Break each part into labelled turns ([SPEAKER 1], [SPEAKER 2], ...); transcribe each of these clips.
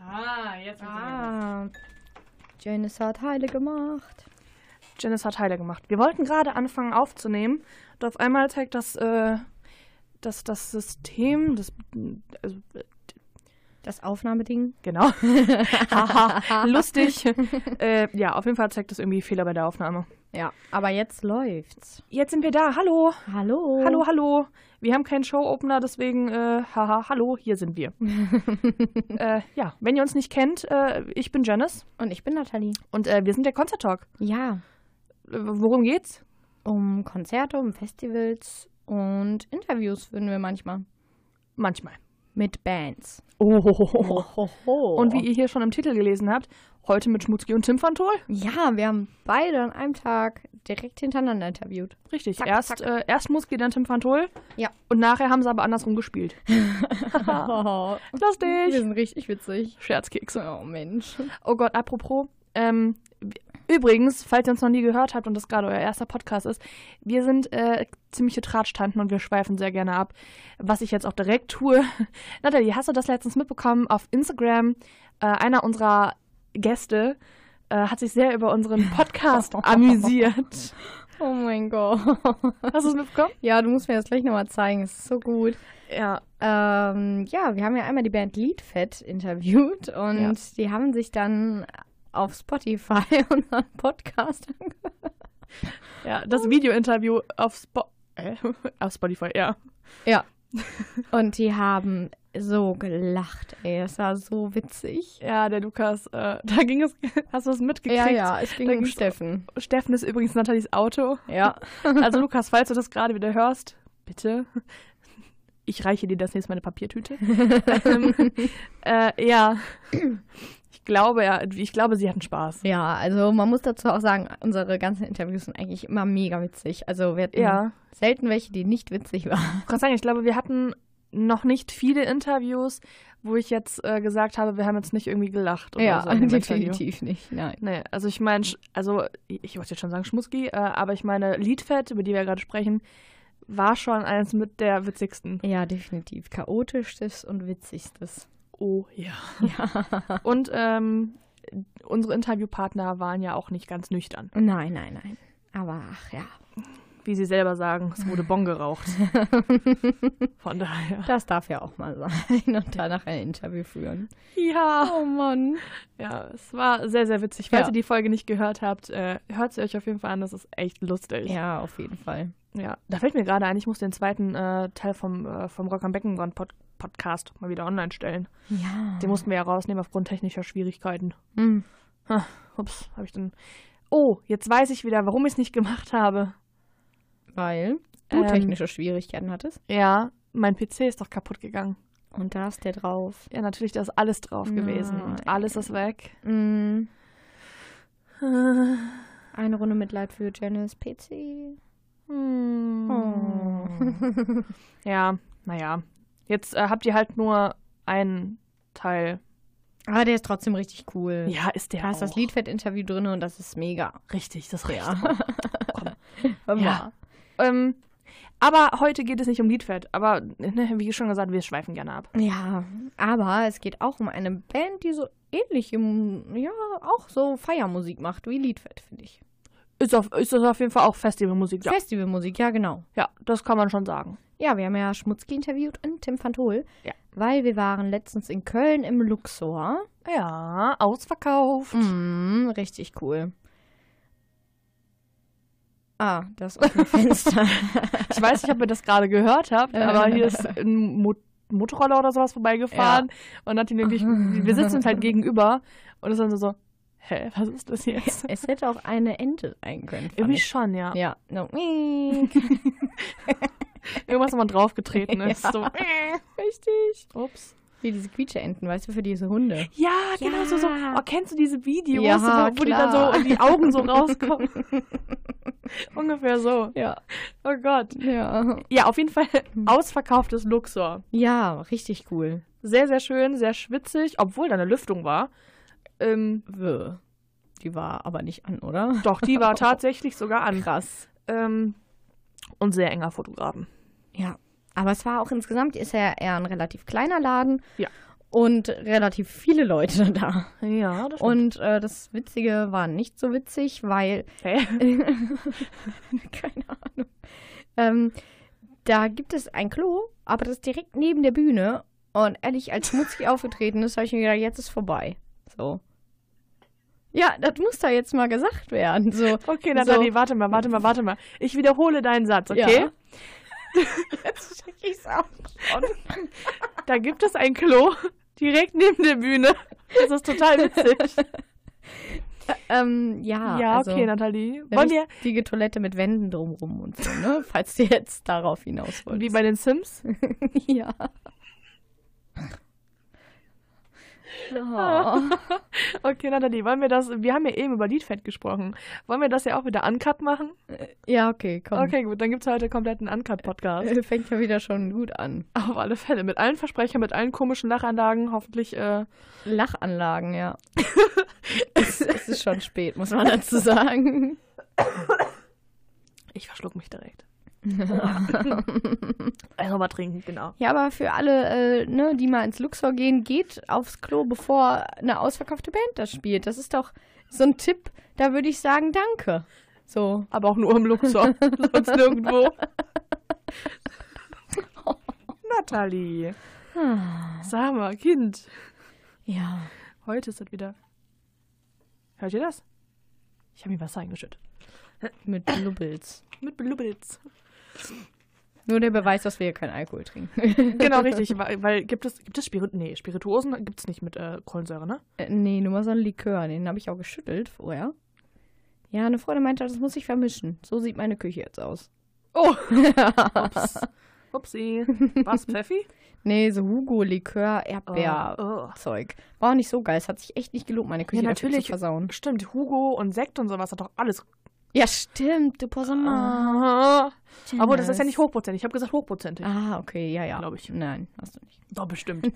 [SPEAKER 1] Ah, jetzt ah.
[SPEAKER 2] Ah. Janice hat Heile gemacht.
[SPEAKER 3] Janice hat Heile gemacht. Wir wollten gerade anfangen aufzunehmen und auf einmal zeigt das, äh, das, das System, das, also, äh,
[SPEAKER 2] Das Aufnahmeding.
[SPEAKER 3] genau, haha, lustig. äh, ja, auf jeden Fall zeigt das irgendwie Fehler bei der Aufnahme.
[SPEAKER 2] Ja, aber jetzt läuft's.
[SPEAKER 3] Jetzt sind wir da, hallo,
[SPEAKER 2] Hallo.
[SPEAKER 3] hallo, hallo. Wir haben keinen Show-Opener, deswegen, äh, haha, hallo, hier sind wir. äh, ja, wenn ihr uns nicht kennt, äh, ich bin Janice
[SPEAKER 2] Und ich bin Nathalie.
[SPEAKER 3] und äh, wir sind der Concert Talk.
[SPEAKER 2] Ja,
[SPEAKER 3] Äh, Worum geht's?
[SPEAKER 2] um Konzerte, um Festivals und Interviews würden wir manchmal.
[SPEAKER 3] Manchmal.
[SPEAKER 2] Mit Bands.
[SPEAKER 3] Oh.
[SPEAKER 2] Ohoho.
[SPEAKER 3] Und wie ihr hier schon im Titel gelesen habt, heute mit Schmutzki und Tim van Tol.
[SPEAKER 2] Ja, wir haben beide an einem Tag direkt hintereinander interviewt.
[SPEAKER 3] Richtig.
[SPEAKER 2] Zack,
[SPEAKER 3] erst,
[SPEAKER 2] zack.
[SPEAKER 3] Äh, erst Muski, dann Tim van Tol.
[SPEAKER 2] Ja.
[SPEAKER 3] Und nachher haben sie aber andersrum gespielt.
[SPEAKER 2] Oh, wir
[SPEAKER 3] Lustig.
[SPEAKER 2] sind richtig witzig.
[SPEAKER 3] Scherzkekse.
[SPEAKER 2] Oh Mensch.
[SPEAKER 3] Oh Gott, apropos. Ähm, w- übrigens, falls ihr uns noch nie gehört habt und das gerade euer erster Podcast ist, wir sind äh, ziemliche Tratschtanten und wir schweifen sehr gerne ab. Was ich jetzt auch direkt tue. Nathalie, hast du das letztens mitbekommen? Auf Instagram, äh, einer unserer Gäste äh, hat sich sehr über unseren Podcast amüsiert.
[SPEAKER 2] Oh mein Gott.
[SPEAKER 3] Hast du es mitbekommen?
[SPEAKER 2] Ja, du musst mir das gleich nochmal zeigen. Es ist so gut.
[SPEAKER 3] Ja.
[SPEAKER 2] Ähm, ja, wir haben ja einmal die Band Leadfett interviewt und
[SPEAKER 3] Ja.
[SPEAKER 2] die haben sich dann auf Spotify unseren Podcast angehört.
[SPEAKER 3] ja das Video-Interview auf, Spo äh, auf Spotify, ja.
[SPEAKER 2] Ja. Und die haben so gelacht, ey. Das war so witzig.
[SPEAKER 3] Ja, der Lukas, äh, da ging es, hast du es mitgekriegt?
[SPEAKER 2] Ja, ja, es ging
[SPEAKER 3] Da
[SPEAKER 2] um
[SPEAKER 3] ging's-
[SPEAKER 2] Steffen.
[SPEAKER 3] Steffen ist übrigens Nathalies Auto.
[SPEAKER 2] Ja.
[SPEAKER 3] Also Lukas, falls du das gerade wieder hörst, bitte. Ich reiche dir das nächste Mal eine Papiertüte. ähm, äh, ja. Ich glaube, ja, ich glaube, sie hatten Spaß.
[SPEAKER 2] Ja, also man muss dazu auch sagen, unsere ganzen Interviews sind eigentlich immer mega witzig. Also wir hatten
[SPEAKER 3] Ja.
[SPEAKER 2] selten welche, die nicht witzig waren.
[SPEAKER 3] Ich kann sagen, ich glaube, wir hatten noch nicht viele Interviews, wo ich jetzt äh, gesagt habe, wir haben jetzt nicht irgendwie gelacht. Oder so in dem Interview.
[SPEAKER 2] Also definitiv nicht. Nein.
[SPEAKER 3] Nee, also ich meine, also ich ich wollte jetzt schon sagen Schmuski, äh, aber ich meine, Liedfett, über die wir gerade sprechen, war schon eines mit der witzigsten.
[SPEAKER 2] Ja, definitiv. Chaotischstes und witzigstes.
[SPEAKER 3] Oh ja. Und ähm, unsere Interviewpartner waren ja auch nicht ganz nüchtern.
[SPEAKER 2] Nein, nein, nein. Aber ach ja,
[SPEAKER 3] Wie sie selber sagen, es wurde Bon geraucht. Von daher.
[SPEAKER 2] das darf ja auch mal sein. Und danach ein Interview führen.
[SPEAKER 3] Ja.
[SPEAKER 2] Oh Mann.
[SPEAKER 3] Ja, es war sehr, sehr witzig. Falls
[SPEAKER 2] Ja.
[SPEAKER 3] ihr die Folge nicht gehört habt, äh, hört sie euch auf jeden Fall an. Das ist echt lustig.
[SPEAKER 2] Ja, auf jeden Fall.
[SPEAKER 3] Ja, da fällt mir gerade ein, ich muss den zweiten äh, Teil vom, äh, vom Rock am Beckenrand Pod Podcast mal wieder online stellen.
[SPEAKER 2] Ja.
[SPEAKER 3] Den mussten wir ja rausnehmen aufgrund technischer Schwierigkeiten.
[SPEAKER 2] Hm.
[SPEAKER 3] Ups, habe ich dann. Oh, jetzt weiß ich wieder, warum ich es nicht gemacht habe.
[SPEAKER 2] Weil du
[SPEAKER 3] Ähm.
[SPEAKER 2] technische Schwierigkeiten hattest.
[SPEAKER 3] Ja, mein PC ist doch kaputt gegangen.
[SPEAKER 2] Und da ist der drauf.
[SPEAKER 3] Ja, natürlich, da ist alles drauf gewesen und
[SPEAKER 2] Nein.
[SPEAKER 3] alles ist weg.
[SPEAKER 2] Mm. Ah. Eine Runde Mitleid für Janice PC.
[SPEAKER 3] Hm.
[SPEAKER 2] Oh.
[SPEAKER 3] Ja, naja. Jetzt äh, habt ihr halt nur einen Teil.
[SPEAKER 2] Aber der ist trotzdem richtig cool.
[SPEAKER 3] Ja, ist der
[SPEAKER 2] Da ist das
[SPEAKER 3] auch.
[SPEAKER 2] Liedfett-Interview drin und das ist mega.
[SPEAKER 3] Richtig, das reicht.
[SPEAKER 2] Ja.
[SPEAKER 3] Komm. Ja. Ähm, aber heute geht es nicht um Liedfett. Aber ne, wie schon gesagt, wir schweifen gerne ab.
[SPEAKER 2] Ja, aber es geht auch um eine Band, die so ähnlich, im, ja, auch so Feiermusik macht wie Liedfett, finde ich.
[SPEAKER 3] Ist, auf, ist das auf jeden Fall auch Festivalmusik? Ja.
[SPEAKER 2] Festivalmusik, ja, genau.
[SPEAKER 3] ja, das kann man schon sagen.
[SPEAKER 2] Ja, wir haben ja Schmutzki interviewt und Tim van Tol,
[SPEAKER 3] Ja.
[SPEAKER 2] weil wir waren letztens in Köln im Luxor.
[SPEAKER 3] Ja, ausverkauft.
[SPEAKER 2] Mm, richtig cool. Ah, das offene Fenster.
[SPEAKER 3] Ich weiß nicht, ob ihr das gerade gehört habt, aber hier ist ein Mo Motorroller oder sowas vorbeigefahren und hat ihn wirklich, wir sitzen uns halt gegenüber und ist dann so, so hä, was ist das jetzt?
[SPEAKER 2] es hätte auch eine Ente sein können. fand
[SPEAKER 3] Irgendwie
[SPEAKER 2] ich.
[SPEAKER 3] schon, ja.
[SPEAKER 2] Ja, no.
[SPEAKER 3] Irgendwas nochmal draufgetreten ist. So,
[SPEAKER 2] richtig.
[SPEAKER 3] ups.
[SPEAKER 2] Wie diese Quietscheenten, weißt du, für diese Hunde.
[SPEAKER 3] Ja, genau so, so.
[SPEAKER 2] Ja.
[SPEAKER 3] Oh, kennst du diese Videos,
[SPEAKER 2] Ja,
[SPEAKER 3] wo, wo die dann
[SPEAKER 2] klar.
[SPEAKER 3] so und die Augen so rauskommen? Ungefähr so.
[SPEAKER 2] Ja,
[SPEAKER 3] Oh Gott.
[SPEAKER 2] ja.
[SPEAKER 3] Ja, auf jeden Fall
[SPEAKER 2] Mhm.
[SPEAKER 3] ausverkauftes Luxor.
[SPEAKER 2] Ja, richtig cool.
[SPEAKER 3] Sehr, sehr schön, sehr schwitzig, obwohl da eine Lüftung war. Ähm,
[SPEAKER 2] Wö. Die war aber nicht an, oder?
[SPEAKER 3] Doch, die war tatsächlich sogar an.
[SPEAKER 2] Krass.
[SPEAKER 3] Ähm, und sehr enger Fotografen.
[SPEAKER 2] Ja. Aber es war auch insgesamt, ist ja eher ein relativ kleiner Laden.
[SPEAKER 3] Ja.
[SPEAKER 2] und relativ viele Leute da.
[SPEAKER 3] Ja, das stimmt.
[SPEAKER 2] Und äh, das Witzige war nicht so witzig, weil, Äh,
[SPEAKER 3] Hä?
[SPEAKER 2] keine Ahnung, ähm, da gibt es ein Klo, aber das ist direkt neben der Bühne. Und ehrlich, als schmutzig aufgetreten ist, habe ich mir gedacht, jetzt ist vorbei. So. Ja, das muss da jetzt mal gesagt werden. So,
[SPEAKER 3] Okay, Nathalie, warte mal, warte mal, warte mal. Ich wiederhole deinen Satz, okay?
[SPEAKER 2] Ja. jetzt schicke ich es auch.
[SPEAKER 3] Da gibt es ein Klo direkt neben der Bühne. Das ist total witzig.
[SPEAKER 2] Ähm, ja,
[SPEAKER 3] ja,
[SPEAKER 2] also,
[SPEAKER 3] okay, Nathalie.
[SPEAKER 2] eine
[SPEAKER 3] Wollen wir,
[SPEAKER 2] richtige Toilette mit Wänden drumrum und so, ne? Falls du jetzt darauf hinaus wolltest.
[SPEAKER 3] wie bei den Sims?
[SPEAKER 2] Ja. Oh.
[SPEAKER 3] Okay, Nathalie, wollen wir das, wir haben ja eben über Liedfett gesprochen. Wollen wir das ja auch wieder Uncut machen?
[SPEAKER 2] Ja, okay, komm.
[SPEAKER 3] Okay, gut, dann gibt es heute komplett einen Uncut-Podcast.
[SPEAKER 2] Äh, Fängt ja wieder schon gut an.
[SPEAKER 3] Auf alle Fälle, mit allen Versprechern, mit allen komischen Lachanlagen, hoffentlich, äh,
[SPEAKER 2] Lachanlagen, ja. es, es ist schon spät, muss man dazu sagen.
[SPEAKER 3] ich verschluck mich direkt. Einfach mal trinken, genau.
[SPEAKER 2] Ja, aber für alle, äh, ne, die mal ins Luxor gehen, geht aufs Klo, bevor eine ausverkaufte Band das spielt. Das ist doch so ein Tipp, da würde ich sagen, danke. So.
[SPEAKER 3] Aber auch nur im Luxor, sonst nirgendwo. Nathalie, Hm. sag mal, Kind,
[SPEAKER 2] Ja.
[SPEAKER 3] heute ist das wieder. Hört ihr das? Ich habe mir Wasser eingeschüttet.
[SPEAKER 2] Mit Blubbels.
[SPEAKER 3] Mit Blubbels.
[SPEAKER 2] Nur der Beweis, dass wir hier keinen Alkohol trinken.
[SPEAKER 3] Genau, richtig, weil, weil gibt es, gibt es Spirit nee, Spirituosen gibt es nicht mit äh, Kohlensäure, ne?
[SPEAKER 2] Äh, nee, nur mal so ein Likör. Den habe ich auch geschüttelt vorher. Ja, eine Freundin meinte, das muss ich vermischen. So sieht meine Küche jetzt aus.
[SPEAKER 3] Oh, ups. Upsi. Was, Pfeffi?
[SPEAKER 2] Nee, so Hugo-Likör,
[SPEAKER 3] Oh,
[SPEAKER 2] Erdbeer-Zeug.
[SPEAKER 3] oh.
[SPEAKER 2] War auch nicht so geil. Es hat sich echt nicht gelohnt, meine Küche
[SPEAKER 3] Ja,
[SPEAKER 2] dafür
[SPEAKER 3] natürlich.
[SPEAKER 2] zu versauen.
[SPEAKER 3] Stimmt, Hugo und Sekt und sowas hat doch alles.
[SPEAKER 2] Ja, stimmt. Du Posamal.
[SPEAKER 3] Ah. Aber das ist ja nicht hochprozentig. Ich habe gesagt hochprozentig.
[SPEAKER 2] Ah, okay, ja, ja.
[SPEAKER 3] Glaub ich.
[SPEAKER 2] Nein, hast du nicht.
[SPEAKER 3] Doch, bestimmt.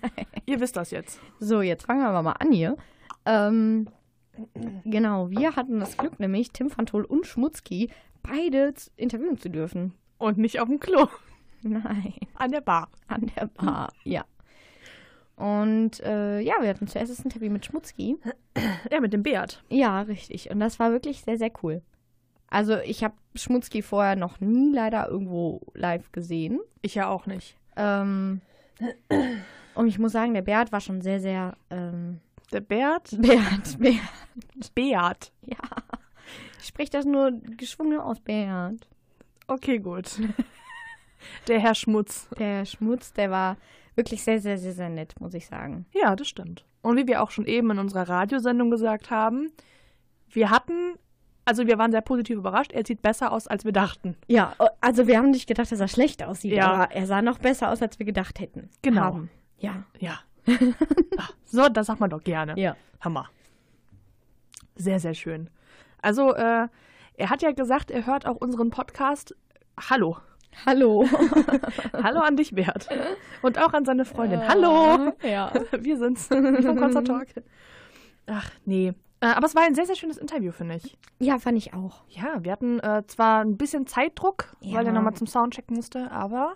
[SPEAKER 3] Ihr wisst das jetzt.
[SPEAKER 2] So, jetzt fangen wir aber mal an hier. Ähm, genau, wir hatten das Glück, nämlich Tim van Tol und Schmutzki beide z- interviewen zu dürfen.
[SPEAKER 3] Und nicht auf dem Klo.
[SPEAKER 2] Nein,
[SPEAKER 3] An der Bar.
[SPEAKER 2] an der Bar, ja. Und äh, ja, wir hatten zuerst das Interview mit Schmutzki.
[SPEAKER 3] Ja, mit dem Bert.
[SPEAKER 2] Ja, richtig. Und das war wirklich sehr, sehr cool. Also ich habe Schmutzki vorher noch nie leider irgendwo live gesehen.
[SPEAKER 3] Ich ja auch nicht.
[SPEAKER 2] Ähm, und ich muss sagen, der Bert war schon sehr, sehr... Ähm,
[SPEAKER 3] Der Bert?
[SPEAKER 2] Bert, Bert.
[SPEAKER 3] Bert.
[SPEAKER 2] Ja. Ich spreche das nur geschwungen aus, Bernd.
[SPEAKER 3] Okay, gut. Der Herr Schmutz.
[SPEAKER 2] Der Schmutz, der war wirklich sehr, sehr, sehr, sehr nett, muss ich sagen.
[SPEAKER 3] Ja, das stimmt. Und wie wir auch schon eben in unserer Radiosendung gesagt haben, wir hatten, also wir waren sehr positiv überrascht, er sieht besser aus, als wir dachten.
[SPEAKER 2] Ja, also wir haben nicht gedacht, dass er schlecht aussieht,
[SPEAKER 3] Ja.
[SPEAKER 2] aber er sah noch besser aus, als wir gedacht hätten.
[SPEAKER 3] Genau.
[SPEAKER 2] Haben. Ja.
[SPEAKER 3] Ja. Ah, so, das sagt man doch gerne.
[SPEAKER 2] Ja.
[SPEAKER 3] Hammer. Sehr, sehr schön. Also, äh, er hat ja gesagt, er hört auch unseren Podcast. Hallo.
[SPEAKER 2] Hallo.
[SPEAKER 3] Hallo an dich, Bert. Und auch an seine Freundin. Hallo.
[SPEAKER 2] Ja.
[SPEAKER 3] Wir sind's. Vom Concert Talk. Ach, nee. Äh, aber es war ein sehr, sehr schönes Interview, finde ich.
[SPEAKER 2] Ja, fand ich auch.
[SPEAKER 3] Ja, wir hatten äh, zwar ein bisschen Zeitdruck,
[SPEAKER 2] Ja.
[SPEAKER 3] weil er nochmal zum Soundcheck musste, aber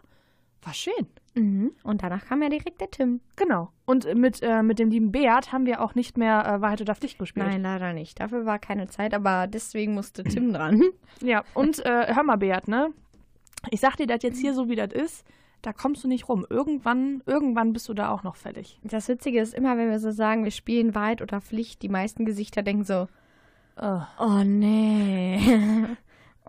[SPEAKER 3] war schön.
[SPEAKER 2] Mhm. Und danach kam ja direkt der Tim.
[SPEAKER 3] Genau. Und mit, äh, mit dem lieben Beat haben wir auch nicht mehr äh, Wahrheit oder Pflicht gespielt.
[SPEAKER 2] Nein, leider nicht. Dafür war keine Zeit, aber deswegen musste Tim dran.
[SPEAKER 3] Ja, und äh, hör mal, Beat, ne? Ich sag dir das jetzt hier so, wie das ist, da kommst du nicht rum. Irgendwann, irgendwann bist du da auch noch fällig.
[SPEAKER 2] Das Witzige ist immer, wenn wir so sagen, wir spielen Wahrheit oder Pflicht, die meisten Gesichter denken so, Oh nee.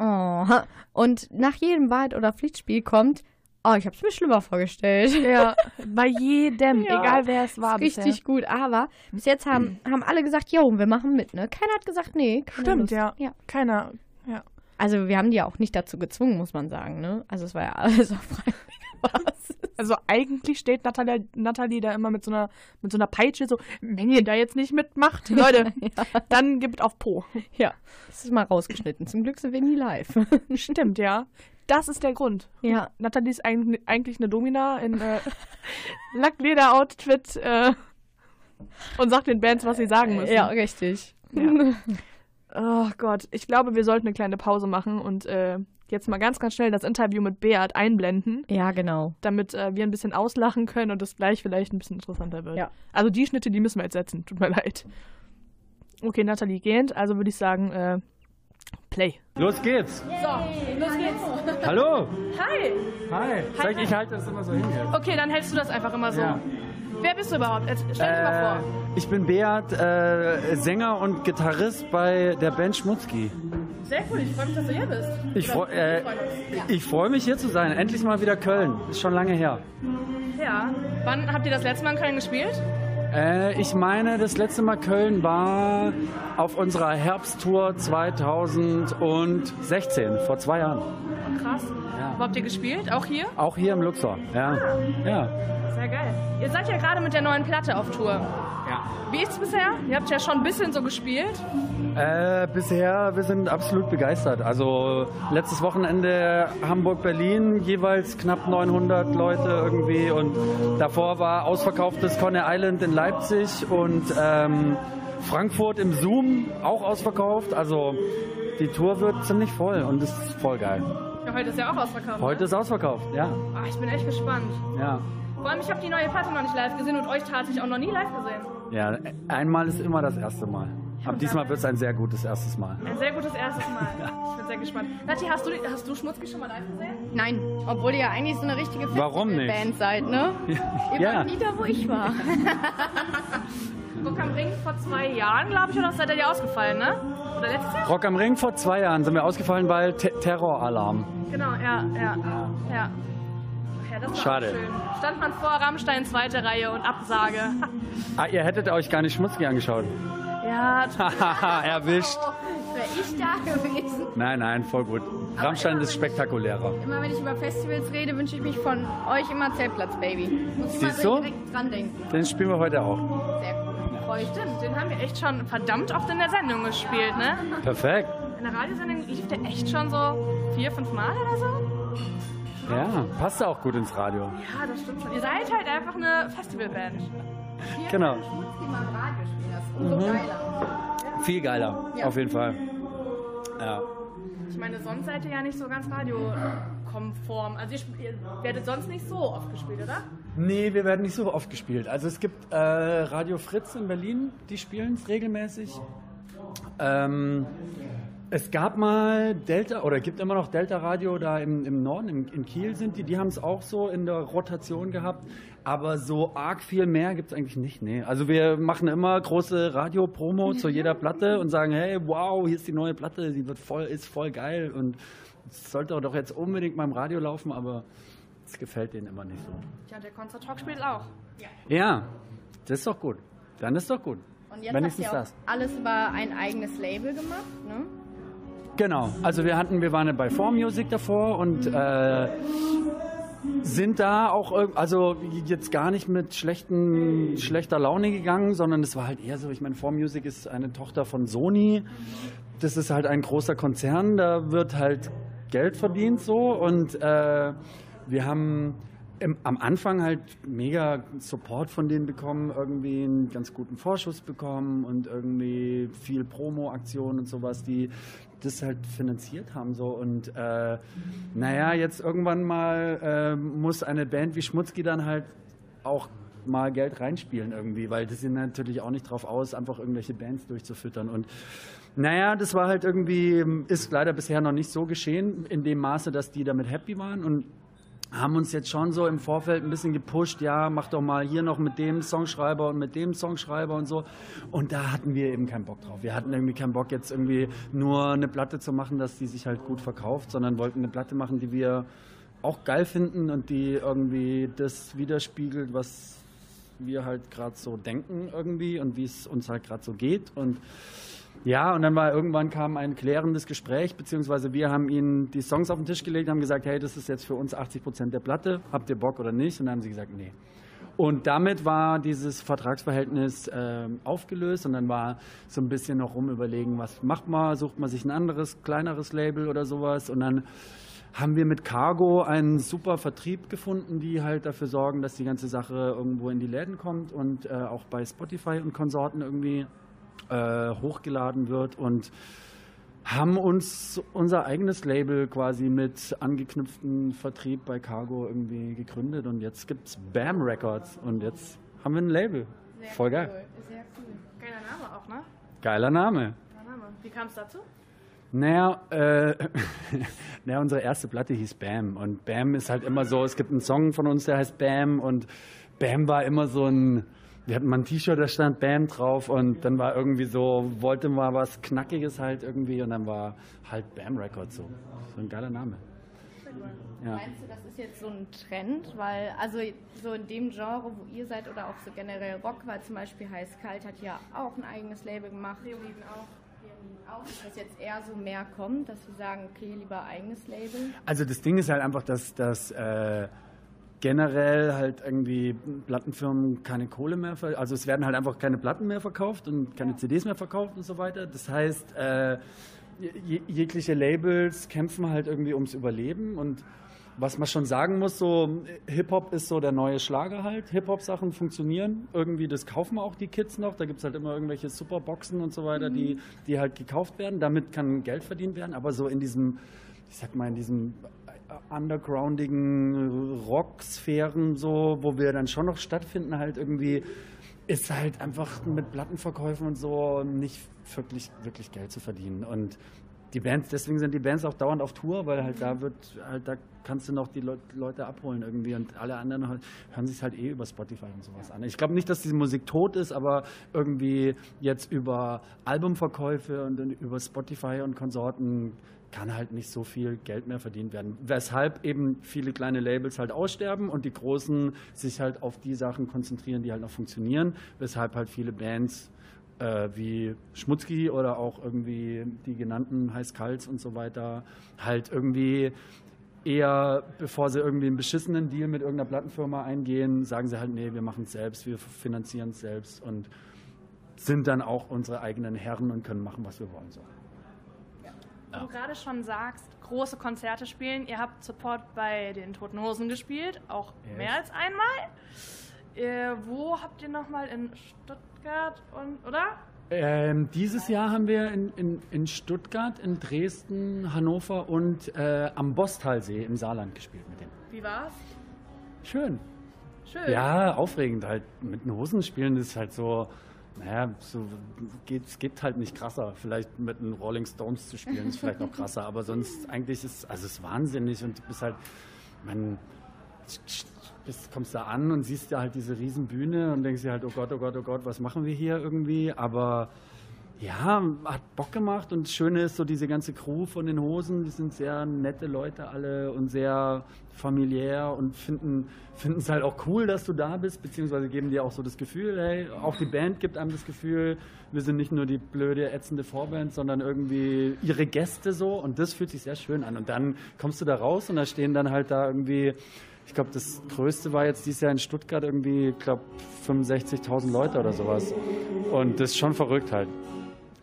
[SPEAKER 2] Oh. Und nach jedem Wahrheit- oder Pflichtspiel kommt, oh, ich hab's mir schlimmer vorgestellt.
[SPEAKER 3] Ja, bei jedem,
[SPEAKER 2] Ja.
[SPEAKER 3] egal wer es war.
[SPEAKER 2] Richtig
[SPEAKER 3] bisher.
[SPEAKER 2] gut, aber bis jetzt haben, haben alle gesagt, jo, wir machen mit, ne? Keiner hat gesagt, nee. keiner
[SPEAKER 3] Stimmt,
[SPEAKER 2] Lust.
[SPEAKER 3] ja. Keiner. Ja.
[SPEAKER 2] Also wir haben die ja auch nicht dazu gezwungen, muss man sagen, ne? Also es war ja alles auf freiwilliger Basis.
[SPEAKER 3] Also eigentlich steht Nathalie, Nathalie da immer mit so einer mit so einer Peitsche so, wenn ihr da jetzt nicht mitmacht, Leute, dann gibt auf Po.
[SPEAKER 2] Ja, das ist mal rausgeschnitten. Zum Glück sind wir nie live.
[SPEAKER 3] Stimmt, ja. Das ist der Grund.
[SPEAKER 2] Ja,
[SPEAKER 3] Nathalie ist eigentlich, eigentlich eine Domina in äh, Lackleder-Outfit äh, und sagt den Bands, was sie sagen müssen.
[SPEAKER 2] ja, richtig.
[SPEAKER 3] Ja. Oh Gott, ich glaube, wir sollten eine kleine Pause machen und äh, jetzt mal ganz, ganz schnell das Interview mit Beat einblenden,
[SPEAKER 2] Ja, genau.
[SPEAKER 3] damit äh, wir ein bisschen auslachen können und das gleich vielleicht ein bisschen interessanter wird.
[SPEAKER 2] Ja.
[SPEAKER 3] Also die Schnitte, die müssen wir jetzt setzen. Tut mir leid. Okay, Nathalie gehend. Also würde ich sagen, äh, Play.
[SPEAKER 1] Los geht's.
[SPEAKER 4] Los geht's.
[SPEAKER 1] Hallo.
[SPEAKER 4] Hi.
[SPEAKER 1] Hi. Zeig, ich halte das immer so hin jetzt.
[SPEAKER 4] Okay, dann hältst du das einfach immer Oh, so.
[SPEAKER 1] Ja.
[SPEAKER 4] Wer bist du überhaupt? Jetzt Stell dich
[SPEAKER 1] Äh,
[SPEAKER 4] mal vor.
[SPEAKER 1] ich bin Beat, äh, Sänger und Gitarrist bei der Band Schmutzki.
[SPEAKER 4] Sehr cool, ich freue mich, dass du hier bist.
[SPEAKER 1] Ich,
[SPEAKER 4] Oder
[SPEAKER 1] freu, äh,
[SPEAKER 4] wir freuen uns. ja.
[SPEAKER 1] ich freue mich hier zu sein. Endlich mal wieder Köln. Ist schon lange her.
[SPEAKER 4] ja. Wann habt ihr das letzte Mal in Köln gespielt?
[SPEAKER 1] Äh, ich meine, das letzte Mal Köln war auf unserer Herbsttour 2016, vor zwei Jahren.
[SPEAKER 4] Krass.
[SPEAKER 1] Ja.
[SPEAKER 4] Wo habt ihr gespielt? Auch hier?
[SPEAKER 1] Auch hier im Luxor. Ja. Ja.
[SPEAKER 4] Sehr geil. Ihr seid ja gerade mit der neuen Platte auf Tour.
[SPEAKER 1] ja.
[SPEAKER 4] Wie ist's bisher? Ihr habt ja schon ein bisschen so gespielt.
[SPEAKER 1] Äh, bisher, wir sind absolut begeistert. Also letztes Wochenende Hamburg-Berlin jeweils knapp 900 Leute irgendwie und davor war ausverkauftes Conner Island in Leipzig und ähm, Frankfurt im Zoom auch ausverkauft. Also die Tour wird ziemlich voll und ist voll geil.
[SPEAKER 4] Ja, heute ist ja auch ausverkauft.
[SPEAKER 1] Heute ist ausverkauft, ja,
[SPEAKER 4] ne? Ah, ich bin echt gespannt.
[SPEAKER 1] ja.
[SPEAKER 4] Vor allem, ich habe die neue Platte noch nicht live gesehen und euch tatsächlich auch noch nie live gesehen.
[SPEAKER 1] Ja, einmal ist immer das erste Mal. Ab diesmal wird es ein sehr gutes erstes Mal.
[SPEAKER 4] Ein sehr gutes erstes Mal. Ich bin sehr gespannt. Nati, hast du, hast du Schmutzki schon mal live gesehen?
[SPEAKER 2] Nein, obwohl ihr ja eigentlich so eine richtige
[SPEAKER 1] Warum nicht?
[SPEAKER 2] Festivalband seid, ne? Ihr
[SPEAKER 1] Ja.
[SPEAKER 2] wart nie da, wo ich war.
[SPEAKER 4] Rock am Ring vor zwei Jahren, glaube ich, oder seid ihr ja ausgefallen, ne? Oder letztes Jahr?
[SPEAKER 1] Rock am Ring vor zwei Jahren sind wir ausgefallen, weil Te Terroralarm.
[SPEAKER 4] Genau, ja, ja, ja. Ja, das war auch
[SPEAKER 1] Schade.
[SPEAKER 4] schön. Stand man vor Rammstein zweite Reihe und Absage.
[SPEAKER 1] Ah, ihr hättet euch gar nicht schmutzig angeschaut.
[SPEAKER 4] Ja,
[SPEAKER 1] Haha, erwischt.
[SPEAKER 5] Wäre ich da gewesen.
[SPEAKER 1] Nein, nein, voll gut. Rammstein ist spektakulärer.
[SPEAKER 5] Immer wenn ich über Festivals rede, wünsche ich mich von euch immer Zeltplatz, Baby. Muss ich immer
[SPEAKER 1] Siehst
[SPEAKER 5] so
[SPEAKER 1] du?
[SPEAKER 5] direkt dran denken.
[SPEAKER 1] Den spielen wir heute auch.
[SPEAKER 5] Sehr cool. Freue ich mich.
[SPEAKER 4] stimmt, den haben wir echt schon verdammt oft in der Sendung gespielt, ne?
[SPEAKER 1] Perfekt.
[SPEAKER 4] In der Radiosendung lief der echt schon so vier, fünf Mal oder so.
[SPEAKER 1] Ja, passt auch gut ins Radio.
[SPEAKER 4] Ja, Ah, das stimmt schon. Ihr seid halt einfach eine Festivalband.
[SPEAKER 1] Genau.
[SPEAKER 5] Schmutzki mal im Radio spielen, das ist umso
[SPEAKER 1] Mhm.
[SPEAKER 5] geiler.
[SPEAKER 1] Viel geiler,
[SPEAKER 5] Ja.
[SPEAKER 1] auf jeden Fall. Ja.
[SPEAKER 4] Ich meine, sonst seid ihr ja nicht so ganz radiokonform. Also ihr, sp- ihr werdet sonst nicht so oft gespielt, oder?
[SPEAKER 1] Nee, wir werden nicht so oft gespielt. Also es gibt äh, Radio Fritz in Berlin, die spielen es regelmäßig. Ähm, es gab mal Delta oder gibt immer noch Delta Radio da im, im Norden, im, in Kiel sind die, die haben es auch so in der Rotation gehabt. Aber so arg viel mehr gibt es eigentlich nicht. Nee. Also wir machen immer große Radio-Promo zu jeder Platte und sagen, hey, wow, hier ist die neue Platte, die wird voll, ist voll geil und es sollte doch jetzt unbedingt mal im Radio laufen, aber es gefällt denen immer nicht so.
[SPEAKER 4] Ja, der Concert Talk spielt auch.
[SPEAKER 1] Ja, das ist doch gut. Dann ist doch gut.
[SPEAKER 2] Und jetzt
[SPEAKER 1] Wenigstens
[SPEAKER 2] habt ihr auch
[SPEAKER 1] das.
[SPEAKER 2] alles über ein eigenes Label gemacht, ne?
[SPEAKER 1] Genau. Also wir hatten, wir waren bei 4 Music davor und äh, sind da auch, irg- also jetzt gar nicht mit schlechten, schlechter Laune gegangen, sondern es war halt eher so, ich meine, 4 Music ist eine Tochter von Sony. Das ist halt ein großer Konzern, da wird halt Geld verdient so und äh, wir haben im, am Anfang halt mega Support von denen bekommen, irgendwie einen ganz guten Vorschuss bekommen und irgendwie viel Promo-Aktionen und sowas, die das halt finanziert haben so und äh, naja, jetzt irgendwann mal äh, muss eine Band wie Schmutzki dann halt auch mal Geld reinspielen irgendwie, weil das sind natürlich auch nicht drauf aus, einfach irgendwelche Bands durchzufüttern und naja, das war halt irgendwie, ist leider bisher noch nicht so geschehen, in dem Maße, dass die damit happy waren und haben uns jetzt schon so im Vorfeld ein bisschen gepusht, ja, mach doch mal hier noch mit dem Songschreiber und mit dem Songschreiber und so. Und da hatten wir eben keinen Bock drauf. Wir hatten irgendwie keinen Bock, jetzt irgendwie nur eine Platte zu machen, dass die sich halt gut verkauft, sondern wollten eine Platte machen, die wir auch geil finden und die irgendwie das widerspiegelt, was wir halt gerade so denken irgendwie und wie es uns halt gerade so geht. Und ja, und dann war irgendwann kam ein klärendes Gespräch, beziehungsweise wir haben ihnen die Songs auf den Tisch gelegt, haben gesagt, hey, das ist jetzt für uns 80 Prozent der Platte, habt ihr Bock oder nicht? Und dann haben sie gesagt, nee. Und damit war dieses Vertragsverhältnis ähm, aufgelöst und dann war so ein bisschen noch rumüberlegen, was macht man, sucht man sich ein anderes, kleineres Label oder sowas und dann haben wir mit Cargo einen super Vertrieb gefunden, die halt dafür sorgen, dass die ganze Sache irgendwo in die Läden kommt und äh, auch bei Spotify und Konsorten irgendwie äh, hochgeladen wird und haben uns unser eigenes Label quasi mit angeknüpftem Vertrieb bei Cargo irgendwie gegründet und jetzt gibt's Bam Records und jetzt haben wir ein Label. Voll geil.
[SPEAKER 4] Cool. Sehr cool. Geiler Name auch, ne?
[SPEAKER 1] Geiler Name.
[SPEAKER 4] Geiler Name. Wie kam es dazu?
[SPEAKER 1] Naja, äh, naja, unsere erste Platte hieß Bam. Und Bam ist halt immer so, es gibt einen Song von uns, der heißt Bam. Und Bam war immer so ein, wir hatten mal ein T-Shirt, da stand Bam drauf. Und dann war irgendwie so, wollte mal was Knackiges halt irgendwie. Und dann war halt Bam Records so. So ein geiler Name. Ja.
[SPEAKER 5] Meinst du, das ist jetzt so ein Trend? Weil, also so in dem Genre, wo ihr seid oder auch so generell Rock, weil zum Beispiel Heiß Kalt hat ja auch ein eigenes Label gemacht.
[SPEAKER 4] Leoniden auch.
[SPEAKER 5] Auch, dass jetzt eher so mehr kommt, dass wir sagen, okay, lieber eigenes Label.
[SPEAKER 1] Also das Ding ist halt einfach, dass, dass äh, generell halt irgendwie Plattenfirmen keine Kohle mehr, ver also es werden halt einfach keine Platten mehr verkauft und keine CDs mehr verkauft und so weiter. Das heißt, äh, je jegliche Labels kämpfen halt irgendwie ums Überleben und was man schon sagen muss, so Hip-Hop ist so der neue Schlager halt. Hip-Hop-Sachen funktionieren. Irgendwie, das kaufen auch die Kids noch. Da gibt es halt immer irgendwelche Superboxen und so weiter, die, die halt gekauft werden. Damit kann Geld verdient werden. Aber so in diesem, ich sag mal, in diesem undergroundigen Rocksphären, so, wo wir dann schon noch stattfinden, halt irgendwie, ist halt einfach mit Plattenverkäufen und so nicht wirklich, wirklich Geld zu verdienen. Und die Bands, deswegen sind die Bands auch dauernd auf Tour, weil halt da wird, halt da kannst du noch die Leut- Leute abholen irgendwie und alle anderen halt- hören sich halt eh über Spotify und sowas an. Ich glaube nicht, dass diese Musik tot ist, aber irgendwie jetzt über Albumverkäufe und dann über Spotify und Konsorten kann halt nicht so viel Geld mehr verdient werden. Weshalb eben viele kleine Labels halt aussterben und die großen sich halt auf die Sachen konzentrieren, die halt noch funktionieren, weshalb halt viele Bands äh, wie Schmutzki oder auch irgendwie die genannten Heißkals und so weiter, halt irgendwie eher, bevor sie irgendwie einen beschissenen Deal mit irgendeiner Plattenfirma eingehen, sagen sie halt, nee, wir machen es selbst, wir finanzieren es selbst und sind dann auch unsere eigenen Herren und können machen, was wir wollen. So.
[SPEAKER 4] Wo du gerade schon sagst, große Konzerte spielen. Ihr habt Support bei den Toten Hosen gespielt, auch
[SPEAKER 1] Yes.
[SPEAKER 4] mehr als einmal. Äh, wo habt ihr nochmal in Stuttgart und, oder?
[SPEAKER 1] Ähm, dieses Jahr haben wir in, in, in Stuttgart, in Dresden, Hannover und äh, am Bostalsee im Saarland gespielt mit denen.
[SPEAKER 4] Wie war's?
[SPEAKER 1] Schön.
[SPEAKER 4] Schön.
[SPEAKER 1] Ja, aufregend halt. Mit den Hosen spielen ist halt so, naja, so geht, es geht halt nicht krasser. Vielleicht mit den Rolling Stones zu spielen ist vielleicht noch krasser, aber sonst eigentlich ist also es ist wahnsinnig und du bist halt, man bist, kommst da an und siehst ja halt diese riesen Bühne und denkst dir halt, oh Gott, oh Gott, oh Gott, was machen wir hier irgendwie? Aber ja, hat Bock gemacht und das Schöne ist so diese ganze Crew von den Hosen, die sind sehr nette Leute alle und sehr familiär und finden es halt auch cool, dass du da bist, beziehungsweise geben dir auch so das Gefühl, hey, auch die Band gibt einem das Gefühl, wir sind nicht nur die blöde, ätzende Vorband, sondern irgendwie ihre Gäste so und das fühlt sich sehr schön an. Und dann kommst du da raus und da stehen dann halt da irgendwie, ich glaube, das Größte war jetzt dieses Jahr in Stuttgart irgendwie, ich glaube, 65.000 Leute oder sowas. Und das ist schon verrückt halt.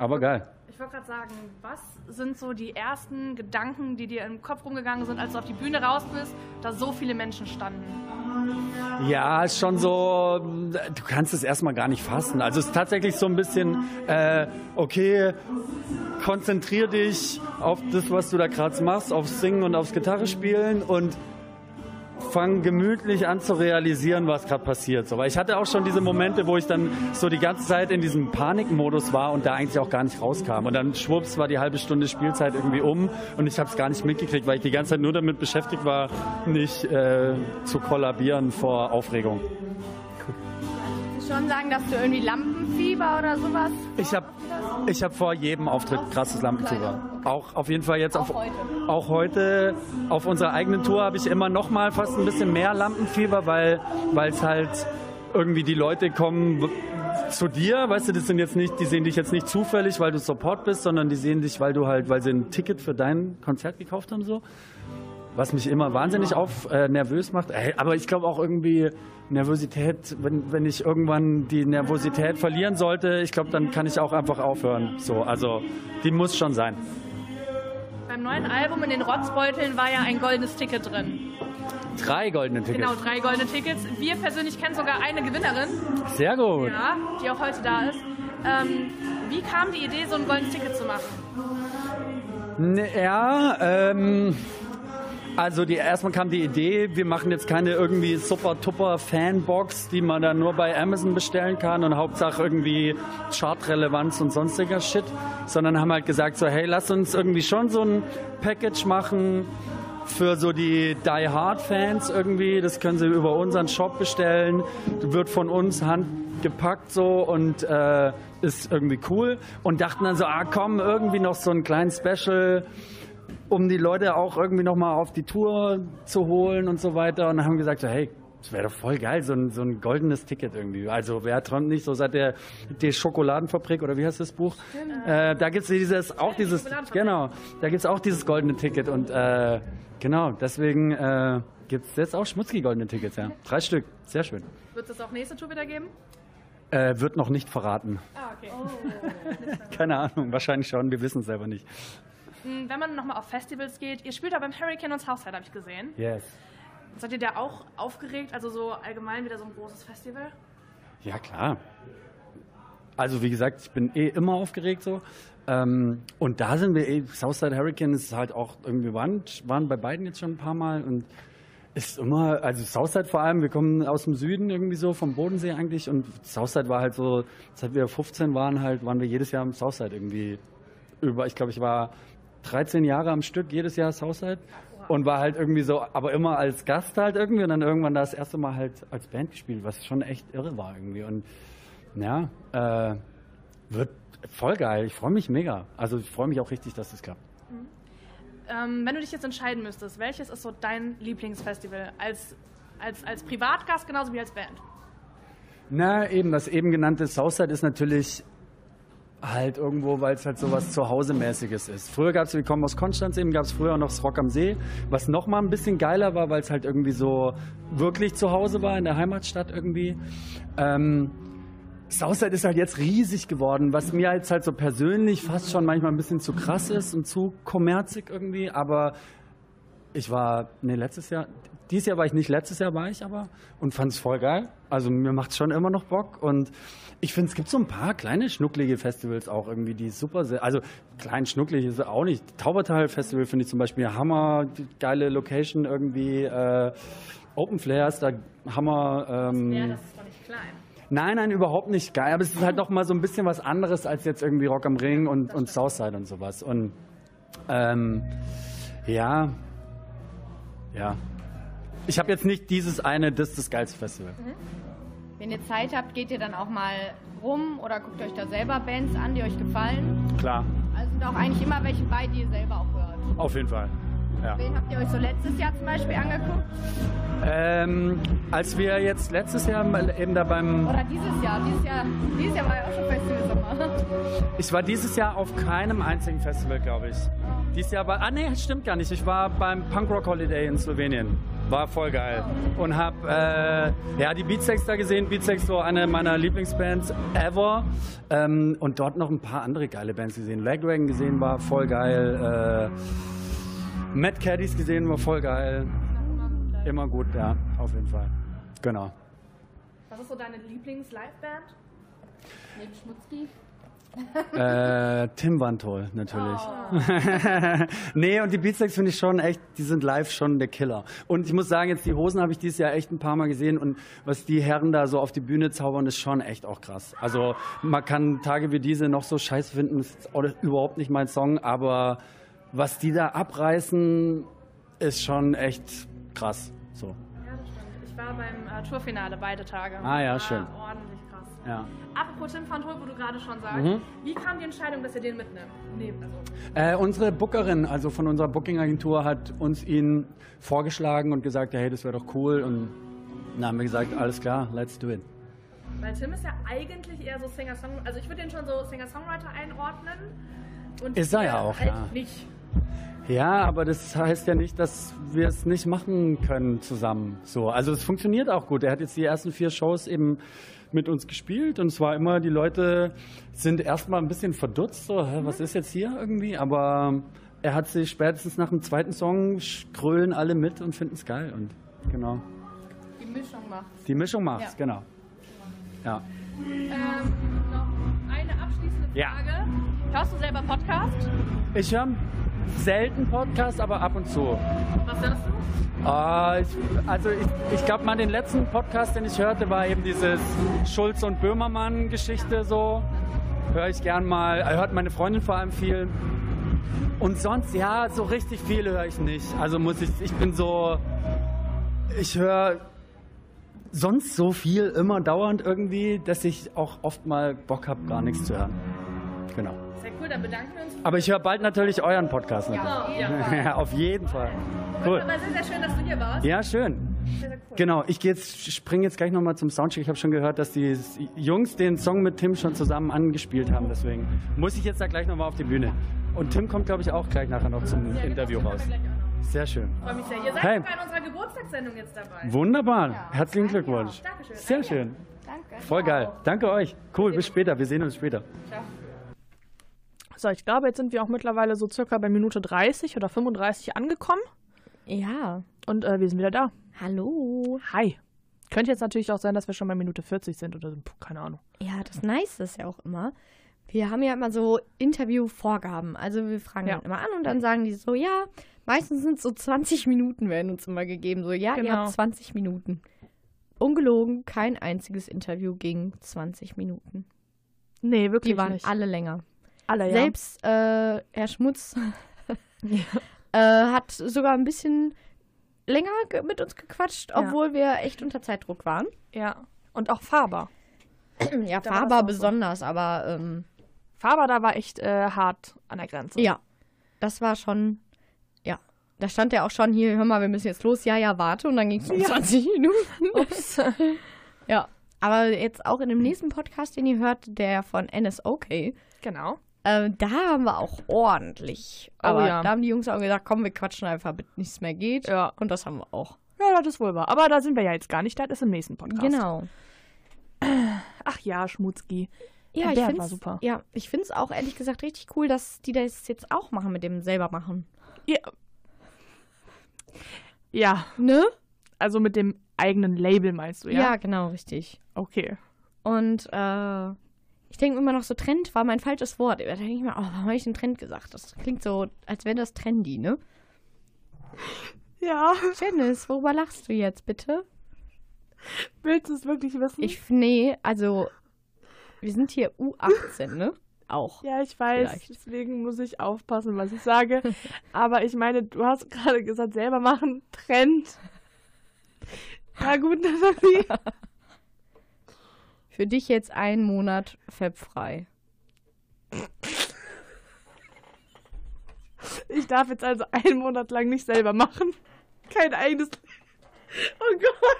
[SPEAKER 1] Aber geil.
[SPEAKER 4] Ich wollte gerade sagen, was sind so die ersten Gedanken, die dir im Kopf rumgegangen sind, als du auf die Bühne raus bist, da so viele Menschen standen?
[SPEAKER 1] Ja, ist schon so, du kannst es erstmal gar nicht fassen. Also es ist tatsächlich so ein bisschen, äh, okay, konzentrier dich auf das, was du da gerade machst, aufs Singen und aufs Gitarre spielen und fang gemütlich an zu realisieren, was gerade passiert. So, weil ich hatte auch schon diese Momente, wo ich dann so die ganze Zeit in diesem Panikmodus war und da eigentlich auch gar nicht rauskam. Und dann schwupps war die halbe Stunde Spielzeit irgendwie um und ich habe es gar nicht mitgekriegt, weil ich die ganze Zeit nur damit beschäftigt war, nicht äh, zu kollabieren vor Aufregung.
[SPEAKER 5] Würdest du schon sagen, dass du irgendwie Lampenfieber oder sowas?
[SPEAKER 1] Ich habe ich hab vor jedem Auftritt krasses Lampenfieber. Auch auf jeden Fall jetzt auf,
[SPEAKER 5] Auch heute.
[SPEAKER 1] auch heute auf unserer eigenen Tour habe ich immer noch mal fast ein bisschen mehr Lampenfieber, weil weil es halt irgendwie die Leute kommen w- zu dir, weißt du, das sind jetzt nicht, die sehen dich jetzt nicht zufällig, weil du Support bist, sondern die sehen dich, weil du halt, weil sie ein Ticket für dein Konzert gekauft haben so. Was mich immer wahnsinnig auf äh, nervös macht. Ey, aber ich glaube auch irgendwie Nervosität, wenn, wenn ich irgendwann die Nervosität verlieren sollte, ich glaube, dann kann ich auch einfach aufhören. So, also die muss schon sein.
[SPEAKER 4] Beim neuen Album in den Rotzbeuteln war ja ein goldenes Ticket drin.
[SPEAKER 1] Drei goldene Tickets.
[SPEAKER 4] Genau, drei goldene Tickets. Wir persönlich kennen sogar eine Gewinnerin.
[SPEAKER 1] Sehr gut.
[SPEAKER 4] Ja, die auch heute da ist. Ähm, wie kam die Idee, so ein goldenes Ticket zu machen?
[SPEAKER 1] N- Ja, ähm, also die, erstmal kam die Idee, wir machen jetzt keine irgendwie super-tupper-Fanbox, die man dann nur bei Amazon bestellen kann und Hauptsache irgendwie Chartrelevanz und sonstiger Shit, sondern haben halt gesagt so, hey, lass uns irgendwie schon so ein Package machen für so die Die Hard Fans irgendwie, das können sie über unseren Shop bestellen, wird von uns handgepackt so und äh, ist irgendwie cool und dachten dann so, ah komm, irgendwie noch so ein kleines Special um die Leute auch irgendwie nochmal auf die Tour zu holen und so weiter. Und haben gesagt, so, hey, das wäre doch voll geil, so ein, so ein goldenes Ticket irgendwie. Also wer träumt nicht, so seit der, die Schokoladenfabrik oder wie heißt das Buch? Äh, da gibt's dieses, auch dieses,
[SPEAKER 4] Schokoladenfabrik.
[SPEAKER 1] genau, da gibt's auch dieses goldene Ticket. Und äh, genau, deswegen äh, gibt's jetzt auch schmutzige goldene Tickets, ja. Drei Stück, sehr schön.
[SPEAKER 4] Wird es auch nächste Tour wieder geben?
[SPEAKER 1] Äh, wird noch nicht verraten.
[SPEAKER 4] Ah, okay.
[SPEAKER 1] Keine Ahnung, wahrscheinlich schon, wir wissen es selber nicht.
[SPEAKER 4] Mm, Wenn man nochmal auf Festivals geht, ihr spielt ja beim Hurricane und Southside, habe ich gesehen.
[SPEAKER 1] Yes.
[SPEAKER 4] Seid ihr da auch aufgeregt? Also so allgemein wieder so ein großes Festival?
[SPEAKER 1] Ja, klar. Also wie gesagt, ich bin eh immer aufgeregt so. Ähm, und da sind wir eh, Southside Hurricane ist halt auch irgendwie, waren, waren bei beiden jetzt schon ein paar Mal und ist immer, also Southside vor allem, wir kommen aus dem Süden irgendwie so, vom Bodensee eigentlich und Southside war halt so, seit wir 15 waren halt, waren wir jedes Jahr im Southside irgendwie über, ich glaube, ich war 13 Jahre am Stück jedes Jahr Southside und war halt irgendwie so, aber immer als Gast halt irgendwie und dann irgendwann das erste Mal halt als Band gespielt, was schon echt irre war irgendwie und ja, äh, wird voll geil. Ich freue mich mega. Also ich freue mich auch richtig, dass das klappt.
[SPEAKER 4] Ähm, wenn du dich jetzt entscheiden müsstest, welches ist so dein Lieblingsfestival? Als, als, als Privatgast genauso wie als Band?
[SPEAKER 1] Na, eben, das eben genannte Southside ist natürlich halt irgendwo, weil es halt sowas Zuhause-mäßiges ist. Früher gab es, wir kommen aus Konstanz, eben gab es früher noch das Rock am See, was nochmal ein bisschen geiler war, weil es halt irgendwie so wirklich zu Hause war, in der Heimatstadt irgendwie. Ähm, Southside ist halt jetzt riesig geworden, was mir jetzt halt so persönlich fast schon manchmal ein bisschen zu krass ist und zu kommerzig irgendwie, aber ich war, nee, letztes Jahr, dieses Jahr war ich nicht, letztes Jahr war ich aber und fand es voll geil. Also mir macht es schon immer noch Bock und ich finde, es gibt so ein paar kleine schnucklige Festivals auch irgendwie, die super sind. Also klein schnucklig ist er auch nicht. Taubertal Festival finde ich zum Beispiel Hammer, geile Location irgendwie. Äh, Open Flares, da Hammer. Ähm,
[SPEAKER 4] ist doch nicht klein.
[SPEAKER 1] Nein, nein, überhaupt nicht geil. Aber es ist halt noch mal so ein bisschen was anderes als jetzt irgendwie Rock am Ring und, und Southside und sowas. Und ähm, ja, ja. Ich habe jetzt nicht dieses eine, das ist das geilste Festival.
[SPEAKER 5] Wenn ihr Zeit habt, geht ihr dann auch mal rum oder guckt euch da selber Bands an, die euch gefallen.
[SPEAKER 1] Klar,
[SPEAKER 5] Also sind auch eigentlich immer welche bei, die ihr selber auch hört.
[SPEAKER 1] auf jeden Fall. Ja.
[SPEAKER 5] Wen habt ihr euch so letztes Jahr zum Beispiel angeguckt?
[SPEAKER 1] Ähm, als wir jetzt letztes Jahr mal eben da beim
[SPEAKER 5] Oder dieses Jahr? Dieses Jahr, dieses Jahr war ja auch schon Festival Sommer.
[SPEAKER 1] Ich war dieses Jahr auf keinem einzigen Festival, glaube ich. Dieses Jahr war. Ah, nee, stimmt gar nicht. Ich war beim Punk Rock Holiday in Slowenien. War voll geil. Und hab äh, ja, die Beatsex da gesehen. Beatsex, so eine meiner Lieblingsbands ever. Ähm, und dort noch ein paar andere geile Bands gesehen. Lagwagon gesehen war voll geil. Äh, Mad Caddies gesehen war voll geil. Immer gut, ja, auf jeden Fall. Genau.
[SPEAKER 4] Was ist so deine Lieblings-Liveband?
[SPEAKER 1] Äh, Tim Wandhol,
[SPEAKER 4] Oh.
[SPEAKER 1] natürlich.
[SPEAKER 4] Ah,
[SPEAKER 1] nee, und die Beatsteaks finde ich schon echt, die sind live schon der Killer. Und ich muss sagen, jetzt die Hosen habe ich dieses Jahr echt ein paar Mal gesehen und was die Herren da so auf die Bühne zaubern, ist schon echt auch krass. Also man kann Tage wie diese noch so scheiße finden, ist jetzt auch überhaupt nicht mein Song, aber was die da abreißen, ist schon echt krass. So,
[SPEAKER 4] Ja, das stimmt. Ich war beim äh, Tourfinale beide Tage.
[SPEAKER 1] Ah, ja,
[SPEAKER 4] War
[SPEAKER 1] schön.
[SPEAKER 4] Ordentlich krass.
[SPEAKER 1] ja.
[SPEAKER 4] Apropos Tim van Hol, wo du gerade schon sagst,
[SPEAKER 1] Mhm.
[SPEAKER 4] wie kam die Entscheidung, dass ihr den mitnimmt? Nee, also,
[SPEAKER 1] Äh, unsere Bookerin, also von unserer Booking-Agentur, hat uns ihn vorgeschlagen und gesagt, hey, das wäre doch cool. Und dann haben wir gesagt, alles klar, let's do it.
[SPEAKER 4] weil Tim ist ja eigentlich eher so Singer-Songwriter, also ich würde den schon so Singer-Songwriter einordnen. Und
[SPEAKER 1] Ist er ja
[SPEAKER 4] ihr
[SPEAKER 1] auch,
[SPEAKER 4] halt
[SPEAKER 1] ja.
[SPEAKER 4] Nicht.
[SPEAKER 1] Ja, aber das heißt ja nicht, dass wir es nicht machen können zusammen. So, also es funktioniert auch gut. Er hat jetzt die ersten vier Shows eben mit uns gespielt und es war immer, die Leute sind erstmal ein bisschen verdutzt, so, hä, was ist jetzt hier irgendwie? Aber er hat sich spätestens nach dem zweiten Song sch- krölen alle mit und finden es geil. Und genau.
[SPEAKER 5] Die Mischung macht's.
[SPEAKER 1] Die Mischung macht's,
[SPEAKER 5] Ja.
[SPEAKER 1] genau. Ja.
[SPEAKER 4] Ähm, noch eine abschließende
[SPEAKER 1] Ja.
[SPEAKER 4] Frage. Hörst du selber Podcast?
[SPEAKER 1] Ich höre selten Podcast, aber ab und zu.
[SPEAKER 4] Was hörst du?
[SPEAKER 1] Ah, ich, also ich, ich glaube mal, den letzten Podcast, den ich hörte, war eben dieses Schulz und Böhmermann-Geschichte so. Höre ich gern mal, äh, hört meine Freundin vor allem viel. Und sonst, ja, so richtig viel höre ich nicht. Also muss ich, ich bin so, ich höre sonst so viel immer dauernd irgendwie, dass ich auch oft mal Bock habe, gar nichts zu hören. Genau.
[SPEAKER 4] Sehr cool, dann bedanken wir uns.
[SPEAKER 1] Aber ich höre bald natürlich euren Podcast.
[SPEAKER 5] Ja, auf jeden
[SPEAKER 1] natürlich. auf jeden Fall.
[SPEAKER 4] Cool. Aber sehr, sehr schön, dass du hier warst.
[SPEAKER 1] Ja, schön. Genau, ich geh jetzt, springe jetzt gleich nochmal zum Soundcheck. Ich habe schon gehört, dass die S- Jungs den Song mit Tim schon zusammen angespielt haben. Deswegen muss ich jetzt da gleich nochmal auf die Bühne. Und Tim kommt, glaube ich, auch gleich nachher noch zum Interview raus. Sehr schön.
[SPEAKER 4] Ich freue mich sehr. Ihr seid
[SPEAKER 1] Hey.
[SPEAKER 4] sogar in unserer Geburtstagssendung jetzt
[SPEAKER 6] Mhm.
[SPEAKER 4] dabei.
[SPEAKER 1] Wunderbar. Herzlichen Glückwunsch.
[SPEAKER 4] Dankeschön.
[SPEAKER 1] Sehr schön.
[SPEAKER 5] Danke.
[SPEAKER 1] Voll geil. Danke euch. Cool, bis später. Wir sehen uns später.
[SPEAKER 3] So, ich glaube, jetzt sind wir auch mittlerweile so circa bei Minute 30 oder 35 angekommen
[SPEAKER 2] Ja.
[SPEAKER 3] und äh, wir sind wieder da.
[SPEAKER 2] Hallo.
[SPEAKER 3] Hi. Könnte jetzt natürlich auch sein, dass wir schon bei Minute 40 sind oder so. Puh, keine Ahnung.
[SPEAKER 2] Ja, das Nice ist ja auch immer. Wir haben ja immer so Interviewvorgaben. Also wir fragen
[SPEAKER 3] Ja.
[SPEAKER 2] dann immer an und dann sagen die so, ja, meistens sind so 20 Minuten werden uns immer gegeben. So, ja, ihr
[SPEAKER 3] Genau.
[SPEAKER 2] habt 20 Minuten. Ungelogen, kein einziges Interview ging 20 Minuten.
[SPEAKER 3] Nee, wirklich
[SPEAKER 2] Die waren
[SPEAKER 3] nicht.
[SPEAKER 2] alle länger.
[SPEAKER 3] alle ja.
[SPEAKER 2] Selbst äh, Herr Schmutz äh, hat sogar ein bisschen länger ge- mit uns gequatscht,
[SPEAKER 3] Ja.
[SPEAKER 2] obwohl wir echt unter Zeitdruck waren.
[SPEAKER 3] Ja. Und auch Faber.
[SPEAKER 2] Ja,
[SPEAKER 3] Da war das
[SPEAKER 2] Faber
[SPEAKER 3] auch so.
[SPEAKER 2] besonders, aber ähm,
[SPEAKER 3] Faber, da war echt äh, hart an der Grenze.
[SPEAKER 2] ja, das war schon, ja. Da stand ja auch schon hier, hör mal, wir müssen jetzt los, ja, ja, warte. Und dann ging es um 20 Minuten.
[SPEAKER 3] Ups.
[SPEAKER 2] Ja, aber jetzt auch in dem nächsten Podcast, den ihr hört, der von NSOK, äh,
[SPEAKER 3] genau.
[SPEAKER 2] da haben wir auch ordentlich.
[SPEAKER 3] Oh
[SPEAKER 2] Aber
[SPEAKER 3] ja.
[SPEAKER 2] da haben die Jungs auch gesagt, komm, wir quatschen einfach, bis nichts mehr geht.
[SPEAKER 3] Ja.
[SPEAKER 2] Und das haben wir auch.
[SPEAKER 3] Ja, das ist wohl wahr. Aber da sind wir ja jetzt gar nicht. Das ist im nächsten Podcast.
[SPEAKER 2] Genau.
[SPEAKER 3] Ach ja, Schmutzki.
[SPEAKER 2] Ja,
[SPEAKER 3] Ja,
[SPEAKER 2] ich
[SPEAKER 3] der
[SPEAKER 2] find's,
[SPEAKER 3] war super.
[SPEAKER 2] Ja, ich finde es auch ehrlich gesagt richtig cool, dass die das jetzt auch machen mit dem selber machen.
[SPEAKER 3] Ja. ja.
[SPEAKER 2] Ne?
[SPEAKER 3] Also mit dem eigenen Label meinst du,
[SPEAKER 2] Ja,
[SPEAKER 3] ja?
[SPEAKER 2] genau, richtig.
[SPEAKER 3] Okay.
[SPEAKER 2] Und äh, ich denke immer noch so, Trend war mein falsches Wort. Da denke ich mir, oh, warum habe ich denn Trend gesagt? Das klingt so, als wäre das trendy, ne?
[SPEAKER 3] Ja.
[SPEAKER 2] Janice, worüber lachst du jetzt bitte?
[SPEAKER 3] Willst du es wirklich wissen?
[SPEAKER 2] Ich, nee, also, wir sind hier U18, ne? Auch.
[SPEAKER 3] ja, ich weiß.
[SPEAKER 2] Vielleicht.
[SPEAKER 3] Deswegen muss ich aufpassen, was ich sage. Aber ich meine, du hast gerade gesagt, selber machen, Trend. Ja, gut, Nathalie.
[SPEAKER 2] Für dich jetzt ein Monat fabfrei.
[SPEAKER 3] Ich darf jetzt also einen Monat lang nicht selber machen. Kein eigenes. Oh Gott.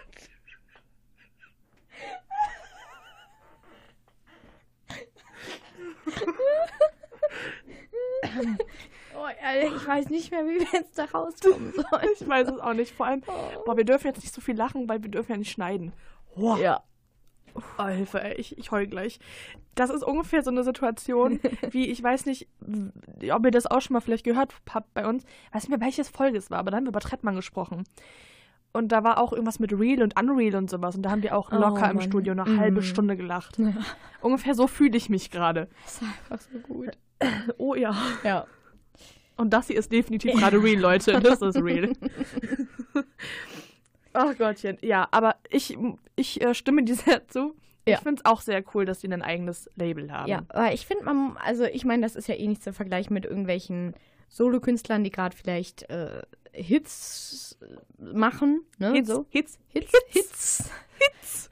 [SPEAKER 2] Oh, Alter, ich weiß nicht mehr, wie wir jetzt da rauskommen sollen.
[SPEAKER 3] Ich weiß es auch nicht. Vor allem, boah, wir dürfen jetzt nicht so viel lachen, weil wir dürfen ja nicht schneiden.
[SPEAKER 2] Ja.
[SPEAKER 3] Oh, Hilfe, ey, ich, ich heul gleich. Das ist ungefähr so eine Situation, wie ich weiß nicht, w- ob ihr das auch schon mal vielleicht gehört habt bei uns. Weiß nicht mehr, welches Folge es war, aber da haben wir über Trettmann gesprochen. Und da war auch irgendwas mit Real und Unreal und sowas. Und da haben wir auch
[SPEAKER 2] Oh,
[SPEAKER 3] locker im
[SPEAKER 2] Mann.
[SPEAKER 3] Studio eine
[SPEAKER 2] Mhm.
[SPEAKER 3] halbe Stunde gelacht. Ungefähr so fühle ich mich gerade.
[SPEAKER 2] Das ist einfach so gut.
[SPEAKER 3] Oh ja.
[SPEAKER 2] Ja.
[SPEAKER 3] Und das hier ist definitiv gerade real, Leute. Das ist real. Ach Oh Gottchen. Ja, aber ich, ich äh, stimme dir sehr zu.
[SPEAKER 2] Ja.
[SPEAKER 3] Ich finde es auch sehr cool, dass die ein eigenes Label haben.
[SPEAKER 2] Ja, aber ich finde man, also ich meine, das ist ja eh nicht zu vergleichen mit irgendwelchen Solokünstlern, die gerade vielleicht äh, Hits machen, ne?
[SPEAKER 3] Hits,
[SPEAKER 2] so.
[SPEAKER 3] Hits,
[SPEAKER 2] Hits,
[SPEAKER 3] Hits.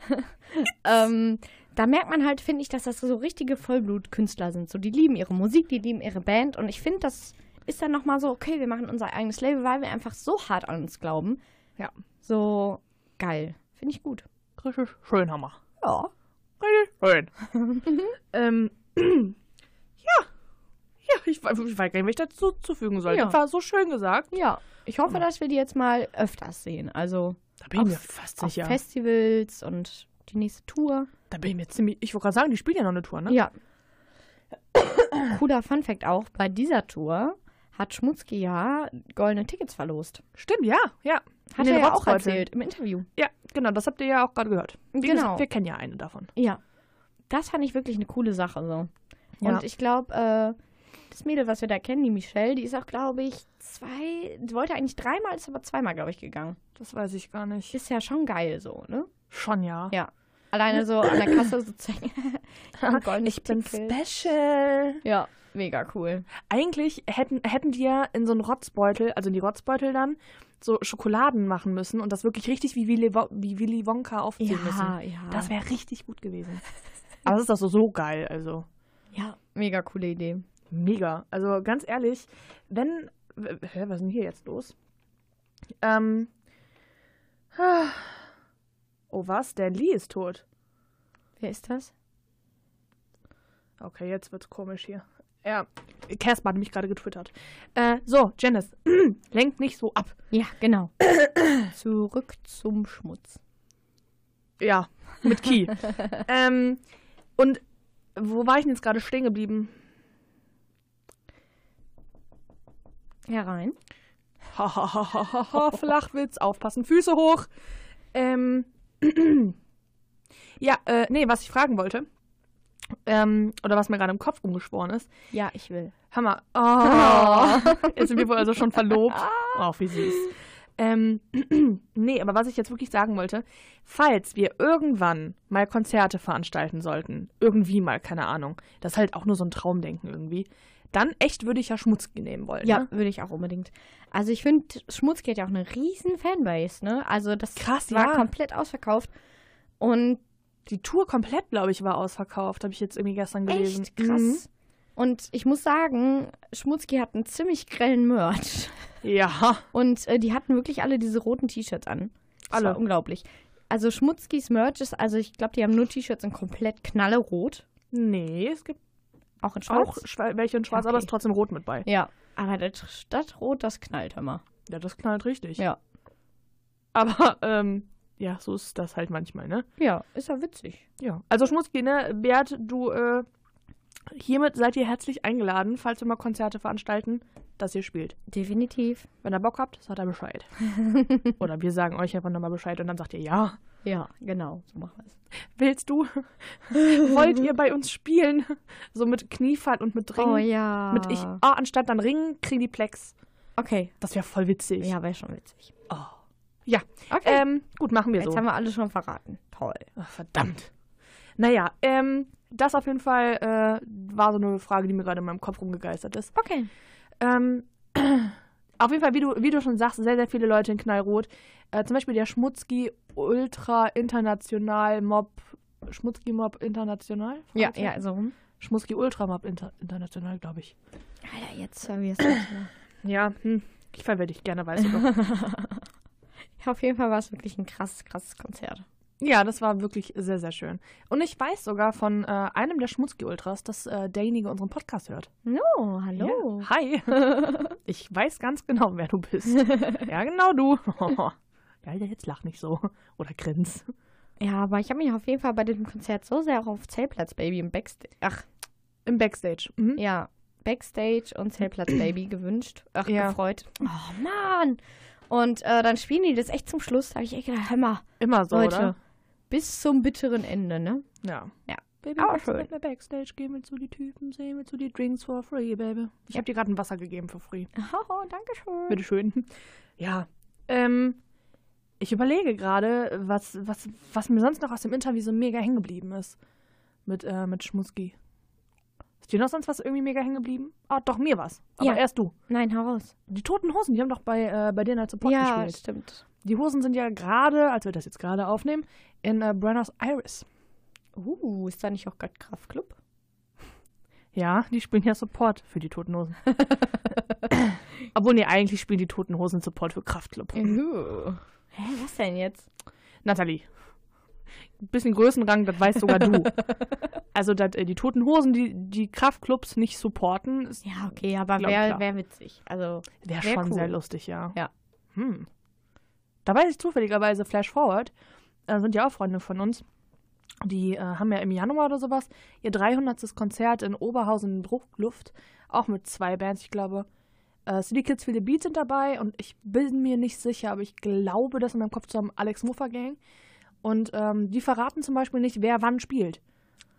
[SPEAKER 2] Ähm, da merkt man halt, finde ich, dass das so richtige Vollblutkünstler sind. So, die lieben ihre Musik, die lieben ihre Band und ich finde, das ist dann nochmal so, okay, wir machen unser eigenes Label, weil wir einfach so hart an uns glauben.
[SPEAKER 3] Ja.
[SPEAKER 2] So geil. Finde ich gut.
[SPEAKER 3] Richtig schön, Hammer.
[SPEAKER 2] Ja.
[SPEAKER 3] Richtig schön. ähm, ja. Ja, ich, weiß- ich weiß gar nicht, was ich dazu zufügen soll.
[SPEAKER 2] Ja.
[SPEAKER 3] Das war so schön gesagt.
[SPEAKER 2] Ja. Ich hoffe, dass wir die jetzt mal öfters sehen. Also
[SPEAKER 3] Da bin ich
[SPEAKER 2] Auf-
[SPEAKER 3] mir fast
[SPEAKER 2] auf
[SPEAKER 3] sicher.
[SPEAKER 2] Festivals und die nächste Tour.
[SPEAKER 3] Da bin ich mir ziemlich. Ich wollte gerade sagen, die spielen ja noch eine Tour, ne?
[SPEAKER 2] Ja. Cooler Fun Fact auch, bei dieser Tour hat Schmutzki ja goldene Tickets verlost.
[SPEAKER 3] Stimmt, ja, ja.
[SPEAKER 2] Hat
[SPEAKER 3] In
[SPEAKER 2] er
[SPEAKER 3] den
[SPEAKER 2] ja auch
[SPEAKER 3] Rotzbeuteln.
[SPEAKER 2] erzählt im Interview.
[SPEAKER 3] Ja, genau, das habt ihr ja auch gerade gehört. Wie
[SPEAKER 2] Genau.
[SPEAKER 3] gesagt, wir kennen ja eine davon.
[SPEAKER 2] Ja. Das fand ich wirklich eine coole Sache so.
[SPEAKER 3] Ja.
[SPEAKER 2] Und ich glaube, äh, das Mädel, was wir da kennen, die Michelle, die ist auch, glaube ich, zwei, die wollte eigentlich dreimal, ist aber zweimal, glaube ich, gegangen.
[SPEAKER 3] Das weiß ich gar nicht.
[SPEAKER 2] Ist ja schon geil so, ne?
[SPEAKER 3] Schon ja.
[SPEAKER 2] Ja. Alleine so an der Kasse sozusagen.
[SPEAKER 3] ich bin special.
[SPEAKER 2] Ja, mega cool.
[SPEAKER 3] Eigentlich hätten, hätten die ja in so einen Rotzbeutel, also in die Rotzbeutel dann, so Schokoladen machen müssen und das wirklich richtig wie Willy, Wo- wie Willy Wonka aufziehen müssen.
[SPEAKER 2] ja.
[SPEAKER 3] Das wäre richtig gut gewesen. Aber das ist doch so, so geil, also.
[SPEAKER 2] ja, mega coole Idee.
[SPEAKER 3] Mega. Also ganz ehrlich, wenn. w- Hä, was ist denn hier jetzt los? Ähm. ah. Oh was? Stan Lee ist tot.
[SPEAKER 2] Wer ist das?
[SPEAKER 3] Okay, jetzt wird's komisch hier. Ja, Casper hat mich gerade getwittert. Äh, so, Janice, lenkt nicht so ab.
[SPEAKER 2] Ja, genau. Zurück zum Schmutz.
[SPEAKER 3] Ja, mit Key. ähm, und wo war ich denn jetzt gerade stehen geblieben?
[SPEAKER 2] Herein.
[SPEAKER 3] Hahaha, Flachwitz, aufpassen, Füße hoch. Ähm, ja, äh, nee, was ich fragen wollte, ähm, oder was mir gerade im Kopf umgeschworen ist.
[SPEAKER 2] Ja, ich will.
[SPEAKER 3] Hammer. Oh, jetzt sind wir wohl also schon verlobt.
[SPEAKER 2] Ah.
[SPEAKER 3] Oh, wie süß. Ähm, nee, aber was ich jetzt wirklich sagen wollte, falls wir irgendwann mal Konzerte veranstalten sollten, irgendwie mal, keine Ahnung, das ist halt auch nur so ein Traumdenken irgendwie, dann echt würde ich ja Schmutzki nehmen wollen.
[SPEAKER 2] Ja,
[SPEAKER 3] Ne?
[SPEAKER 2] würde ich auch unbedingt. Also ich finde, Schmutzki hat ja auch eine riesen Fanbase, ne? Also das
[SPEAKER 3] Krass,
[SPEAKER 2] war
[SPEAKER 3] ja.
[SPEAKER 2] komplett ausverkauft. Und
[SPEAKER 3] Die Tour komplett, glaube ich, war ausverkauft, habe ich jetzt irgendwie gestern gelesen.
[SPEAKER 2] echt krass. Mhm. Und ich muss sagen, Schmutzki hat einen ziemlich grellen Merch.
[SPEAKER 3] Mhm. Ja.
[SPEAKER 2] Und äh, die hatten wirklich alle diese roten T-Shirts an. Das
[SPEAKER 3] Alle.
[SPEAKER 2] War unglaublich. Also Schmutzkis Merch ist, also ich glaube, die haben nur T-Shirts in komplett knallerot.
[SPEAKER 3] Nee, es gibt
[SPEAKER 2] Auch in schwarz.
[SPEAKER 3] auch schwa- welche in schwarz, aber
[SPEAKER 2] Okay.
[SPEAKER 3] es ist trotzdem rot mit bei.
[SPEAKER 2] Ja, aber das Stadtrot, das knallt immer.
[SPEAKER 3] Ja, das knallt richtig.
[SPEAKER 2] Ja.
[SPEAKER 3] Aber, ähm, ja, so ist das halt manchmal, ne?
[SPEAKER 2] Ja, ist ja witzig.
[SPEAKER 3] Ja, also Schmutzki, ne, Bert, du, äh, hiermit seid ihr herzlich eingeladen, falls wir mal Konzerte veranstalten, dass ihr spielt.
[SPEAKER 2] Definitiv.
[SPEAKER 3] Wenn ihr Bock habt, sagt ihr Bescheid. Oder wir sagen euch einfach nochmal Bescheid und dann sagt ihr ja.
[SPEAKER 2] Ja, genau, so machen wir es.
[SPEAKER 3] Willst du? Wollt ihr bei uns spielen? So mit Kniefall und mit Ringen.
[SPEAKER 2] Oh ja.
[SPEAKER 3] Mit ich, ah, anstatt dann Ringen, kriegen die Plex.
[SPEAKER 2] Okay. Oh.
[SPEAKER 3] Das wäre voll witzig.
[SPEAKER 2] Ja, wäre schon witzig.
[SPEAKER 3] Ja.
[SPEAKER 2] Okay.
[SPEAKER 3] Ähm, gut, machen wir
[SPEAKER 2] Jetzt
[SPEAKER 3] so.
[SPEAKER 2] haben wir alle schon verraten. Toll.
[SPEAKER 3] Ach, verdammt. Naja, ähm, das auf jeden Fall äh, war so eine Frage, die mir gerade in meinem Kopf rumgegeistert ist.
[SPEAKER 2] Okay.
[SPEAKER 3] Ähm, auf jeden Fall, wie du, wie du schon sagst, sehr, sehr viele Leute in Knallrot. Äh, zum Beispiel der Schmutzki Ultra International Mob. Schmutzki Mob International?
[SPEAKER 2] Ja, ja, also rum.
[SPEAKER 3] Schmutzki Ultra Mob Inter International, glaube ich.
[SPEAKER 2] Alter, jetzt hören wir es. nicht mehr.
[SPEAKER 3] Ja, hm. Ich verwirre dich gerne, weißt du doch.
[SPEAKER 2] Ja, Auf jeden Fall war es wirklich ein krasses, krasses Konzert.
[SPEAKER 3] Ja, das war wirklich sehr, sehr schön. Und ich weiß sogar von äh, einem der Schmutzki-Ultras, dass äh, derjenige unseren Podcast hört.
[SPEAKER 2] No, hallo.
[SPEAKER 3] Ja. Hi. ich weiß ganz genau, wer du bist. ja, genau du. ja, jetzt lach nicht so. Oder grins.
[SPEAKER 2] Ja, aber ich habe mich auf jeden Fall bei dem Konzert so sehr auch auf Zellplatz Baby im Backstage. Ach,
[SPEAKER 3] Im Backstage. Mhm.
[SPEAKER 2] ja. Backstage und Zellplatz Baby gewünscht. Ach,
[SPEAKER 3] Ja.
[SPEAKER 2] gefreut. Oh Mann. Und äh, dann spielen die das echt zum Schluss. Da habe ich echt gedacht, Hammer.
[SPEAKER 3] Immer so,
[SPEAKER 2] Leute.
[SPEAKER 3] oder?
[SPEAKER 2] Bis zum bitteren Ende, ne?
[SPEAKER 3] Ja.
[SPEAKER 2] Ja.
[SPEAKER 3] Baby,
[SPEAKER 2] Aber
[SPEAKER 3] aber
[SPEAKER 2] schön.
[SPEAKER 3] schön. Mit mir Backstage gehen wir zu die Typen, sehen wir zu die Drinks for free, Baby. Ich habe dir gerade ein Wasser gegeben for free.
[SPEAKER 2] Oh, danke schön.
[SPEAKER 3] Bitteschön. Ja. Ähm, ich überlege gerade, was, was, was mir sonst noch aus dem Interview so mega hängen geblieben ist. Mit, äh, mit Schmutzki. Ist dir noch sonst was irgendwie mega hängen geblieben? Ah, doch, mir was. Aber
[SPEAKER 2] Ja.
[SPEAKER 3] erst du.
[SPEAKER 2] Nein, hau raus.
[SPEAKER 3] Die toten Hosen, die haben doch bei, äh, bei denen als Support
[SPEAKER 2] ja,
[SPEAKER 3] gespielt.
[SPEAKER 2] stimmt.
[SPEAKER 3] Die Hosen sind ja gerade, als wir das jetzt gerade aufnehmen, in äh, Buenos Aires.
[SPEAKER 2] Uh, ist da nicht auch gerade Kraftclub?
[SPEAKER 3] Ja, die spielen ja Support für die Toten Hosen. Obwohl, nee, eigentlich spielen die Toten Hosen Support für Kraftclub.
[SPEAKER 2] Uh. Hä, was denn jetzt?
[SPEAKER 3] Nathalie, ein bisschen Größenrang, das weißt sogar du. Also, dass äh, die Toten Hosen die, die Kraftclubs nicht supporten, ist-
[SPEAKER 2] Ja, okay, aber
[SPEAKER 3] Glaub
[SPEAKER 2] wäre
[SPEAKER 3] klar.
[SPEAKER 2] wär witzig. Also,
[SPEAKER 3] wäre
[SPEAKER 2] Wär
[SPEAKER 3] schon
[SPEAKER 2] cool.
[SPEAKER 3] sehr lustig, ja.
[SPEAKER 2] Ja.
[SPEAKER 3] Hm. Da weiß ich zufälligerweise, Flash Forward, äh, sind ja auch Freunde von uns, die äh, haben ja im Januar oder sowas ihr 300. Konzert in Oberhausen in Bruchluft, auch mit zwei Bands, ich glaube. Äh, City Kids for the Beat sind dabei und ich bin mir nicht sicher, aber ich glaube, das in meinem Kopf zu haben, Alex Muffer Gang. Und ähm, die verraten zum Beispiel nicht, wer wann spielt.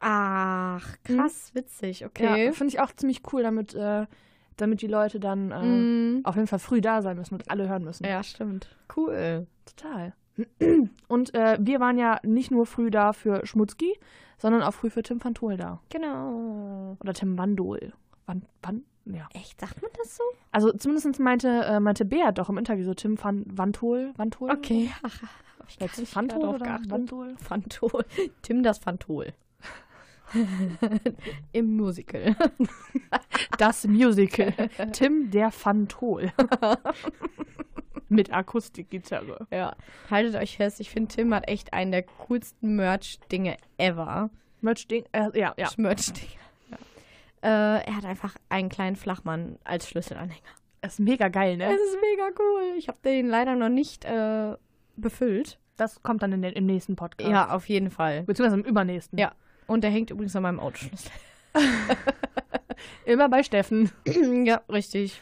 [SPEAKER 2] Ach, krass, witzig, okay.
[SPEAKER 3] Ja, finde ich auch ziemlich cool, damit, äh, damit die Leute dann äh,
[SPEAKER 2] Mhm.
[SPEAKER 3] auf jeden Fall früh da sein müssen und alle hören müssen.
[SPEAKER 2] Ja, stimmt. Cool.
[SPEAKER 3] Total. Und äh, wir waren ja nicht nur früh da für Schmutzki, sondern auch früh für Tim van Tol da.
[SPEAKER 2] Genau.
[SPEAKER 3] Oder Tim Wandol. Wann, wann? Ja.
[SPEAKER 2] Echt, sagt man das so?
[SPEAKER 3] Also zumindest meinte, äh, meinte Bea doch im Interview so Tim van Wandol. Wandol?
[SPEAKER 2] Okay, ach, hab ich gar
[SPEAKER 3] Jetzt
[SPEAKER 2] nicht
[SPEAKER 3] Fantol
[SPEAKER 2] drauf
[SPEAKER 3] oder
[SPEAKER 2] geachtet.
[SPEAKER 3] Wandol?
[SPEAKER 2] Fantol. Tim das Fantol. Im Musical.
[SPEAKER 3] Das Musical. Tim der Fantol. Mit Akustikgitarre.
[SPEAKER 2] Ja. Haltet euch fest, ich finde Tim hat echt einen der coolsten Merch-Dinge ever.
[SPEAKER 3] Merch-Ding. Äh, ja, ja.
[SPEAKER 2] Merch-Dinge. Ja. Äh, er hat einfach einen kleinen Flachmann als Schlüsselanhänger.
[SPEAKER 3] Das ist mega geil,
[SPEAKER 2] Es
[SPEAKER 3] ne?
[SPEAKER 2] ist mega cool. Ich habe den leider noch nicht äh, befüllt.
[SPEAKER 3] Das kommt dann in den, im nächsten Podcast.
[SPEAKER 2] Ja, auf jeden Fall.
[SPEAKER 3] Beziehungsweise im übernächsten.
[SPEAKER 2] Ja. Und der hängt übrigens an meinem Autoschlüssel.
[SPEAKER 3] Immer bei Steffen.
[SPEAKER 2] ja, richtig.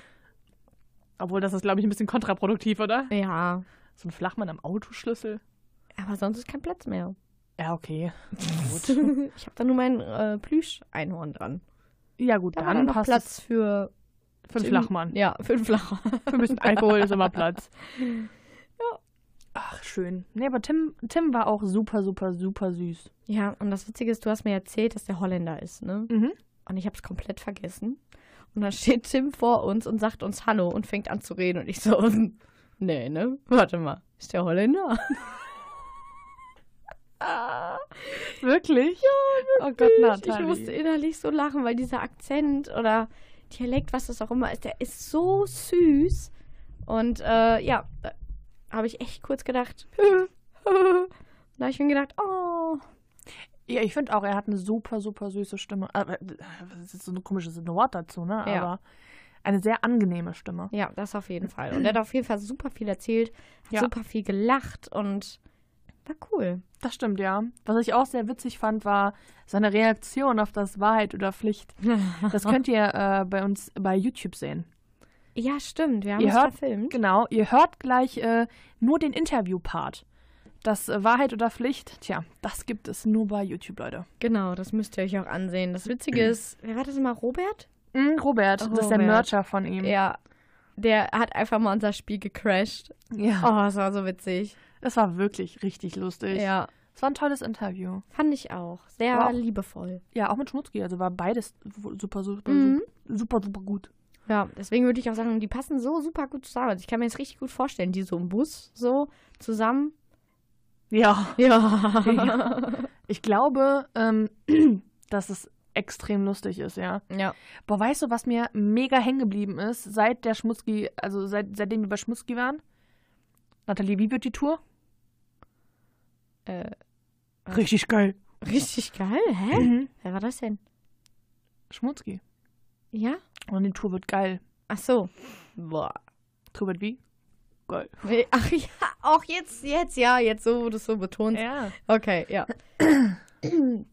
[SPEAKER 3] Obwohl, das ist, glaube ich, ein bisschen kontraproduktiv, oder?
[SPEAKER 2] Ja.
[SPEAKER 3] So ein Flachmann am Autoschlüssel.
[SPEAKER 2] Aber sonst ist kein Platz mehr.
[SPEAKER 3] Ja, okay.
[SPEAKER 2] Ich habe da nur mein äh, Plüsch-Einhorn dran.
[SPEAKER 3] Ja, gut,
[SPEAKER 2] Da war
[SPEAKER 3] dann
[SPEAKER 2] dann noch
[SPEAKER 3] passt
[SPEAKER 2] Platz für
[SPEAKER 3] es für einen
[SPEAKER 2] Tim.
[SPEAKER 3] Flachmann.
[SPEAKER 2] Ja, für den Flachmann.
[SPEAKER 3] Für ein bisschen Alkohol ist immer Platz. Ach, schön. Nee, aber Tim, Tim war auch super, super, super süß.
[SPEAKER 2] Ja, und das Witzige ist, du hast mir erzählt, dass der Holländer ist, ne?
[SPEAKER 3] Mhm.
[SPEAKER 2] Und ich habe es komplett vergessen. Und dann steht Tim vor uns und sagt uns Hallo und fängt an zu reden. Und ich so, nee, ne? Warte mal, ist der Holländer?
[SPEAKER 3] Wirklich? Ja, wirklich. Oh Gott,
[SPEAKER 2] ich
[SPEAKER 3] Nathalie.
[SPEAKER 2] musste innerlich so lachen, weil dieser Akzent oder Dialekt, was das auch immer ist, der ist so süß. Und äh, ja, äh, habe ich echt kurz gedacht. da habe ich mir gedacht, oh,
[SPEAKER 3] ja, ich finde auch, er hat eine super, super süße Stimme. Aber, äh, Das ist so ein komisches Wort dazu, ne?
[SPEAKER 2] Ja.
[SPEAKER 3] Aber eine sehr angenehme Stimme.
[SPEAKER 2] Ja, das auf jeden Fall. Und er hat auf jeden Fall super viel erzählt, hat
[SPEAKER 3] Ja.
[SPEAKER 2] super viel gelacht und war cool.
[SPEAKER 3] Das stimmt, ja. Was ich auch sehr witzig fand, war seine Reaktion auf das Wahrheit oder Pflicht. Das könnt ihr äh, bei uns bei YouTube sehen.
[SPEAKER 2] Ja, stimmt. Wir haben
[SPEAKER 3] Ihr
[SPEAKER 2] es
[SPEAKER 3] hört-
[SPEAKER 2] verfilmt.
[SPEAKER 3] Genau, ihr hört gleich äh, nur den Interview-Part. Das äh, Wahrheit oder Pflicht, tja, das gibt es nur bei YouTube, Leute.
[SPEAKER 2] Genau, das müsst ihr euch auch ansehen. Das Witzige ist, wer war das immer? Robert?
[SPEAKER 3] Mm, Robert, das ist der
[SPEAKER 2] Robert.
[SPEAKER 3] Mercher von ihm.
[SPEAKER 2] Ja. Der hat einfach mal unser Spiel gecrashed.
[SPEAKER 3] Ja.
[SPEAKER 2] Oh, das war so witzig.
[SPEAKER 3] Das war wirklich richtig lustig.
[SPEAKER 2] Ja.
[SPEAKER 3] Es war ein tolles Interview.
[SPEAKER 2] Fand ich auch. Sehr
[SPEAKER 3] Wow.
[SPEAKER 2] liebevoll.
[SPEAKER 3] Ja, auch mit Schmutzki, also war beides super, super,
[SPEAKER 2] Mhm.
[SPEAKER 3] super, super gut.
[SPEAKER 2] Ja, deswegen würde ich auch sagen, die passen so super gut zusammen. Also Ich kann mir jetzt richtig gut vorstellen, die so im Bus so zusammen.
[SPEAKER 3] Ja.
[SPEAKER 2] Ja.
[SPEAKER 3] Ich glaube, ähm, dass es extrem lustig ist, ja.
[SPEAKER 2] Ja.
[SPEAKER 3] Boah, weißt du, was mir mega hängen geblieben ist, seit der Schmutzki, also seit, seitdem wir bei Schmutzki waren? Nathalie, wie wird die Tour?
[SPEAKER 2] Äh,
[SPEAKER 3] Richtig geil.
[SPEAKER 2] richtig geil, hä? Wer war das denn?
[SPEAKER 3] Schmutzki.
[SPEAKER 2] Ja?
[SPEAKER 3] Und die Tour wird geil.
[SPEAKER 2] Ach so. Boah.
[SPEAKER 3] Tour wird wie? Geil.
[SPEAKER 2] Nee, Ach ja, auch jetzt, jetzt, ja, jetzt so, wo du es so betonst.
[SPEAKER 3] Ja.
[SPEAKER 2] Okay, ja.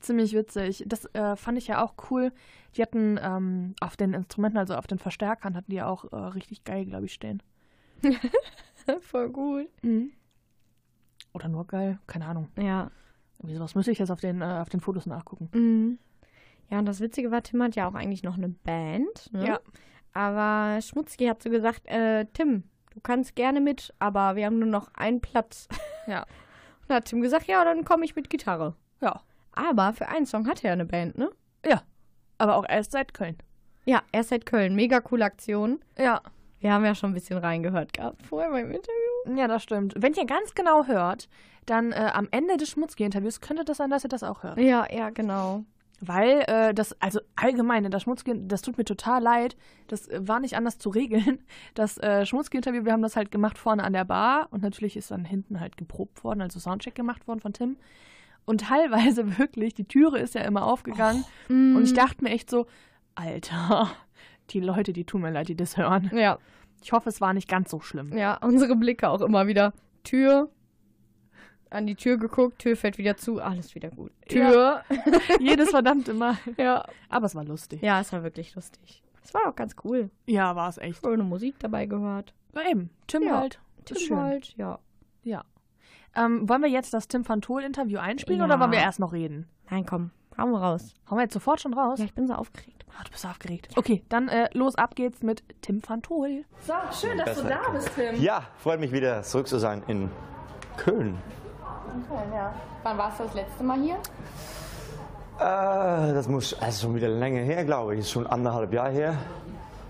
[SPEAKER 3] Ziemlich witzig. Das äh, fand ich ja auch cool. Die hatten ähm, auf den Instrumenten, also auf den Verstärkern, hatten die ja auch äh, richtig geil, glaube ich, stehen.
[SPEAKER 2] Voll gut.
[SPEAKER 3] Oder nur geil, keine Ahnung.
[SPEAKER 2] Ja.
[SPEAKER 3] Irgendwie sowas müsste ich jetzt auf den, äh, auf den Fotos nachgucken.
[SPEAKER 2] Mhm. Ja, und das Witzige war, Tim hat ja auch eigentlich noch eine Band. Ne?
[SPEAKER 3] Ja.
[SPEAKER 2] Aber Schmutzki hat so gesagt, äh, Tim, du kannst gerne mit, aber wir haben nur noch einen Platz.
[SPEAKER 3] Ja.
[SPEAKER 2] Und da hat Tim gesagt, ja, dann komme ich mit Gitarre.
[SPEAKER 3] Ja.
[SPEAKER 2] Aber für einen Song hat er eine Band, ne?
[SPEAKER 3] Aber auch erst seit Köln.
[SPEAKER 2] Ja, er ist seit Köln. Mega coole Aktion.
[SPEAKER 3] Ja.
[SPEAKER 2] Wir haben ja schon ein bisschen reingehört gehabt vorher beim Interview.
[SPEAKER 3] Ja, das stimmt. Wenn ihr ganz genau hört, dann äh, am Ende des Schmutzki-Interviews könnte das sein, dass ihr das auch hört.
[SPEAKER 2] Ja, ja, genau.
[SPEAKER 3] Weil äh, das, also allgemein, das Schmutzki, das tut mir total leid. Das äh, war nicht anders zu regeln. Das äh, Schmutzki-Interview, wir haben das halt gemacht vorne an der Bar und natürlich ist dann hinten halt geprobt worden, also Soundcheck gemacht worden von Tim. Und teilweise wirklich, die Türe ist ja immer aufgegangen
[SPEAKER 2] Mm.
[SPEAKER 3] und ich dachte mir echt so, Alter, die Leute, die tun mir leid, die das hören.
[SPEAKER 2] Ja,
[SPEAKER 3] Ich hoffe, es war nicht ganz so schlimm.
[SPEAKER 2] ja, unsere Blicke auch immer wieder. Tür, an die Tür geguckt, Tür fällt wieder zu, alles wieder gut. Tür.
[SPEAKER 3] Jedes verdammte Mal.
[SPEAKER 2] Ja,
[SPEAKER 3] Aber es war lustig.
[SPEAKER 2] ja es war wirklich lustig. Es war auch ganz cool.
[SPEAKER 3] Ja, war es echt.
[SPEAKER 2] Schöne Musik dabei gehört.
[SPEAKER 3] Na eben, Tim
[SPEAKER 2] Ja.
[SPEAKER 3] halt. Tim
[SPEAKER 2] Tisch
[SPEAKER 3] halt.
[SPEAKER 2] halt, ja.
[SPEAKER 3] Ja. Ähm, wollen wir jetzt das Tim van Tol Interview einspielen
[SPEAKER 2] Ja.
[SPEAKER 3] oder wollen wir erst noch reden?
[SPEAKER 2] Nein, komm, Hauen wir raus.
[SPEAKER 3] Hauen wir jetzt sofort schon raus?
[SPEAKER 2] Ja, ich bin so aufgeregt.
[SPEAKER 3] Ah, du bist aufgeregt. Okay, dann äh, los, ab geht's mit Tim van Tol.
[SPEAKER 5] So, schön, dass du
[SPEAKER 6] Besser
[SPEAKER 5] da bist, Tim.
[SPEAKER 6] Ja, freut mich wieder zurück zu sein in Köln.
[SPEAKER 5] Cool, ja. Wann warst du das letzte Mal hier?
[SPEAKER 6] Äh, das muss das ist schon wieder länger her, glaube ich. Ist schon anderthalb Jahre her.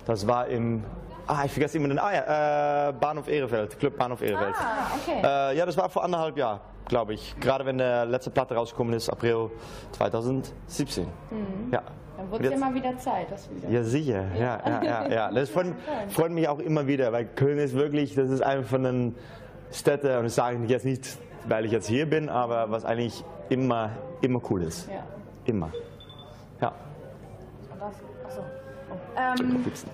[SPEAKER 6] Das war im. Ah, ich vergesse immer den. Ah ja, äh, Bahnhof Ehrefeld, Club Bahnhof Ehrefeld.
[SPEAKER 5] Ah, okay.
[SPEAKER 6] Äh, ja, das war vor anderthalb Jahren, glaube ich. Gerade wenn der letzte Platte rausgekommen ist, April 2017. Ja.
[SPEAKER 5] Hm. Dann
[SPEAKER 6] Und
[SPEAKER 5] wurde es
[SPEAKER 6] jetzt-
[SPEAKER 5] ja mal wieder Zeit, dass wir
[SPEAKER 6] Ja, sicher. Ja, ja, ja. ja. Das freut, freut mich auch immer wieder, weil Köln ist wirklich, das ist eine von den Städten, und das sage ich jetzt nicht, weil ich jetzt hier bin, aber was eigentlich immer, immer cool ist.
[SPEAKER 5] Ja.
[SPEAKER 6] Immer. Ja.
[SPEAKER 5] Das, achso. Ähm,
[SPEAKER 6] Gibt's-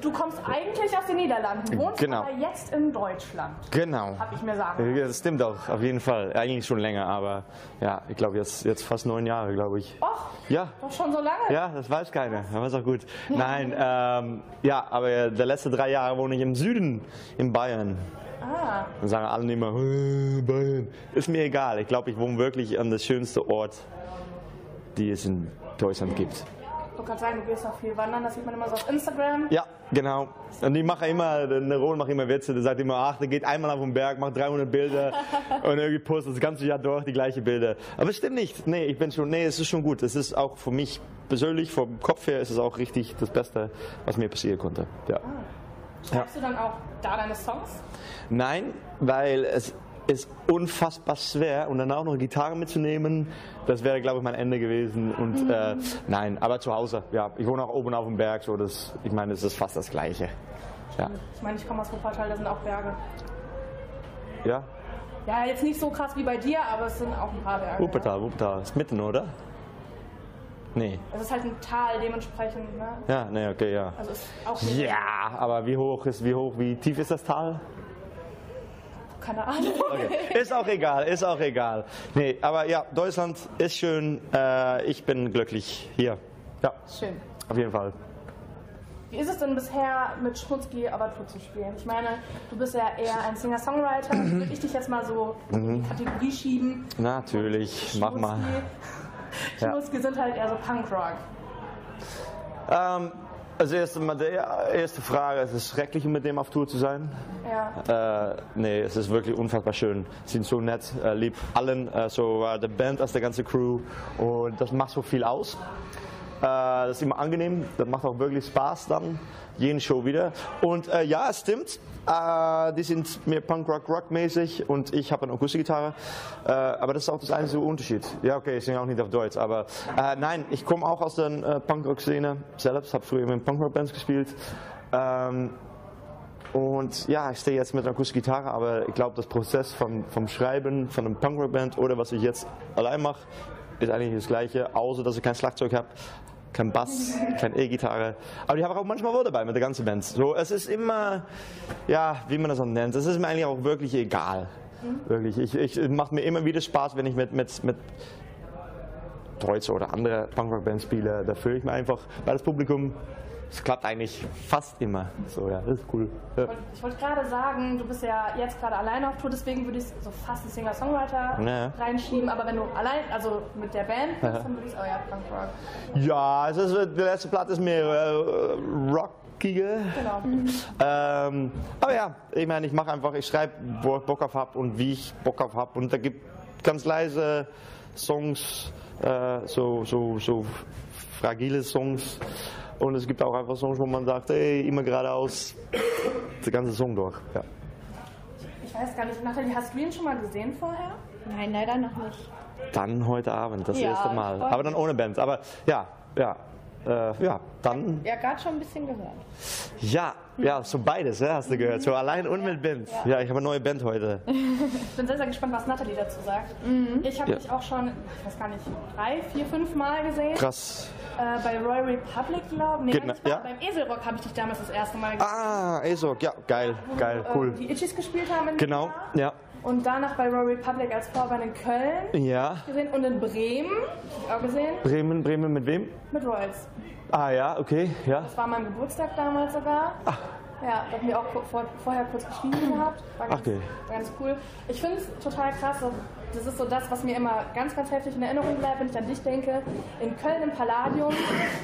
[SPEAKER 5] du kommst eigentlich aus den Niederlanden, wohnst
[SPEAKER 6] Genau.
[SPEAKER 5] aber jetzt in Deutschland,
[SPEAKER 6] Genau.
[SPEAKER 5] hab ich mir sagen. lassen.
[SPEAKER 6] Ja, Das stimmt auch, auf jeden Fall. Eigentlich schon länger, aber ja, ich glaube jetzt, jetzt fast neun Jahre, glaube ich.
[SPEAKER 5] Och,
[SPEAKER 6] Ja,
[SPEAKER 5] doch schon so lange?
[SPEAKER 6] Ja, das weiß keiner. Aber ist auch gut. Nein, ähm, ja, aber die letzten drei Jahre wohne ich im Süden, in Bayern. Ah. Dann sagen alle immer, "Äh, Bayern. Ist mir egal. Ich glaube, ich wohne wirklich an der schönsten Ort, die es in Deutschland gibt.
[SPEAKER 5] Du kannst sagen, du gehst noch viel wandern, das sieht man immer so auf Instagram.
[SPEAKER 6] Ja, genau. Und ich mache immer, der Ron macht immer Witze, der sagt immer, ach, der geht einmal auf den Berg, macht 300 Bilder und irgendwie postet das ganze Jahr durch die gleichen Bilder. Aber es stimmt nicht. Nee, ich bin schon, nee, es ist schon gut. Es ist auch für mich persönlich, vom Kopf her, ist es auch richtig das Beste, was mir passieren konnte. Ja.
[SPEAKER 5] Schreibst du dann auch da deine Songs?
[SPEAKER 6] Nein, weil es ist unfassbar schwer und dann auch noch Gitarre mitzunehmen, das wäre, glaube ich, mein Ende gewesen. Und äh, nein, aber zu Hause, ja. Ich wohne auch oben auf dem Berg, so das, ich meine, es ist fast das Gleiche. Ja.
[SPEAKER 5] Ich meine, ich komme aus Wuppertal, da sind auch Berge.
[SPEAKER 6] Ja,
[SPEAKER 5] Ja, jetzt nicht so krass wie bei dir, aber es sind auch ein paar Berge.
[SPEAKER 6] Wuppertal, Wuppertal. Ist mitten, oder? Nee.
[SPEAKER 5] Es ist halt ein Tal dementsprechend, ne?
[SPEAKER 6] Ja, nee, okay, ja.
[SPEAKER 5] Also ist auch
[SPEAKER 6] Ja, aber wie hoch ist, wie hoch, wie tief ist das Tal?
[SPEAKER 5] keine Ahnung.
[SPEAKER 6] Ist auch egal, ist auch egal. Nee, aber ja, Deutschland ist schön. Äh, ich bin glücklich hier. Ja,
[SPEAKER 5] Schön.
[SPEAKER 6] auf jeden Fall.
[SPEAKER 5] Wie ist es denn bisher mit Schmutzki Avatur zu spielen? Ich meine, du bist ja eher ein Singer-Songwriter. Würde ich dich jetzt mal so in die Kategorie schieben.
[SPEAKER 6] Natürlich, Mhm. mach mal.
[SPEAKER 5] Schmutzki,
[SPEAKER 6] Ja.
[SPEAKER 5] Schmutzki sind halt eher so Punkrock.
[SPEAKER 6] Ähm, also erste, mal die erste Frage, es ist schrecklich, mit dem auf Tour zu sein.
[SPEAKER 5] Ja.
[SPEAKER 6] Äh, nee, es ist wirklich unfassbar schön. Sie sind so nett, äh, lieb allen, äh, so äh, der Band als der ganze Crew. Und das macht so viel aus. Äh, das ist immer angenehm, das macht auch wirklich Spaß dann, jeden Show wieder. Und äh, ja, es stimmt, äh, die sind mehr Punk-Rock-Rock-mäßig und ich habe eine Akustikgitarre. Äh, aber das ist auch das einzige Unterschied. Ja, okay, ich singe auch nicht auf Deutsch, aber äh, nein, ich komme auch aus der äh, Punk-Rock-Szene selbst, habe früher in Punk-Rock-Bands gespielt. Ähm, und ja, ich stehe jetzt mit einer Akustikgitarre, aber ich glaube, das Prozess vom, vom Schreiben von einem Punkrock-Band oder was ich jetzt allein mache, ist eigentlich das Gleiche, außer dass ich kein Schlagzeug habe, kein Bass, keine E-Gitarre. Aber ich habe auch manchmal Worte dabei mit der ganzen Band. So, es ist immer, ja, wie man das auch nennt, es ist mir eigentlich auch wirklich egal. Wirklich, ich, ich es macht mir immer wieder Spaß, wenn ich mit, mit, mit Deutsche oder andere Punkrock-Bands spiele. Da fühle ich mich einfach, weil das Publikum, es klappt eigentlich fast immer. So, ja, das ist cool. Ja.
[SPEAKER 5] Ich wollte gerade sagen, du bist ja jetzt gerade alleine auf Tour, deswegen würde ich so fast ein Singer-Songwriter
[SPEAKER 6] Ja.
[SPEAKER 5] reinschieben. Aber wenn du allein, also mit der Band bist,
[SPEAKER 6] Ja.
[SPEAKER 5] dann würde ich es auch ja Punkrock.
[SPEAKER 6] Ja, es ist, die letzte Platte ist mehr äh, rockige.
[SPEAKER 5] Genau.
[SPEAKER 6] Ähm, aber ja, ich meine, ich mache einfach, ich schreibe, wo ich Bock auf habe und wie ich Bock auf habe. Und da gibt ganz leise Songs, äh, so, so, so fragile Songs. Und es gibt auch einfach Songs, wo man sagt, ey, immer geradeaus, der ganze Song durch. Ja.
[SPEAKER 5] Ich weiß gar nicht, Nathalie, hast du ihn schon mal gesehen vorher?
[SPEAKER 2] Nein, leider noch nicht.
[SPEAKER 6] Dann heute Abend, das
[SPEAKER 5] Ja,
[SPEAKER 6] erste Mal.
[SPEAKER 5] ich freu
[SPEAKER 6] Aber dann ohne Band. Aber ja, ja. Äh, ja, dann.
[SPEAKER 5] Ja, gerade schon ein bisschen gehört.
[SPEAKER 6] Ja, ja, so beides, ja, hast du gehört. So allein und mit Band. Ja, ich habe eine neue Band heute.
[SPEAKER 5] Ich bin sehr, sehr gespannt, was Nathalie dazu sagt.
[SPEAKER 4] Mhm.
[SPEAKER 5] Ich habe
[SPEAKER 6] Ja.
[SPEAKER 5] dich auch schon, ich weiß gar nicht, drei, vier, fünf Mal gesehen.
[SPEAKER 6] Krass.
[SPEAKER 5] Äh, bei Royal Republic, glaube ich. Nee,
[SPEAKER 6] Genau,
[SPEAKER 5] gar nicht wahr.
[SPEAKER 6] ja.
[SPEAKER 5] beim Eselrock habe ich dich damals das erste Mal gesehen.
[SPEAKER 6] Ah, ESOC, ja, geil, geil,
[SPEAKER 4] äh,
[SPEAKER 5] wo,
[SPEAKER 6] cool.
[SPEAKER 5] Ähm, die Itchies gespielt haben in
[SPEAKER 6] Genau,
[SPEAKER 5] Jena.
[SPEAKER 6] ja.
[SPEAKER 5] Und danach bei Royal Republic als Vorband in Köln
[SPEAKER 6] Ja.
[SPEAKER 5] gesehen und in Bremen, hab ich auch gesehen,
[SPEAKER 6] Bremen, Bremen mit wem?
[SPEAKER 5] mit Royals.
[SPEAKER 6] Ah ja, okay, ja.
[SPEAKER 5] Das war mein Geburtstag damals sogar.
[SPEAKER 6] Ah.
[SPEAKER 5] Ja, da haben wir auch ku- vor, vorher kurz geschrieben gehabt. War ganz,
[SPEAKER 6] Okay.
[SPEAKER 5] war ganz cool. Ich finde es total krass, dass
[SPEAKER 4] das ist so das, was mir immer ganz, ganz heftig in Erinnerung bleibt, wenn ich an dich denke. In Köln im Palladium,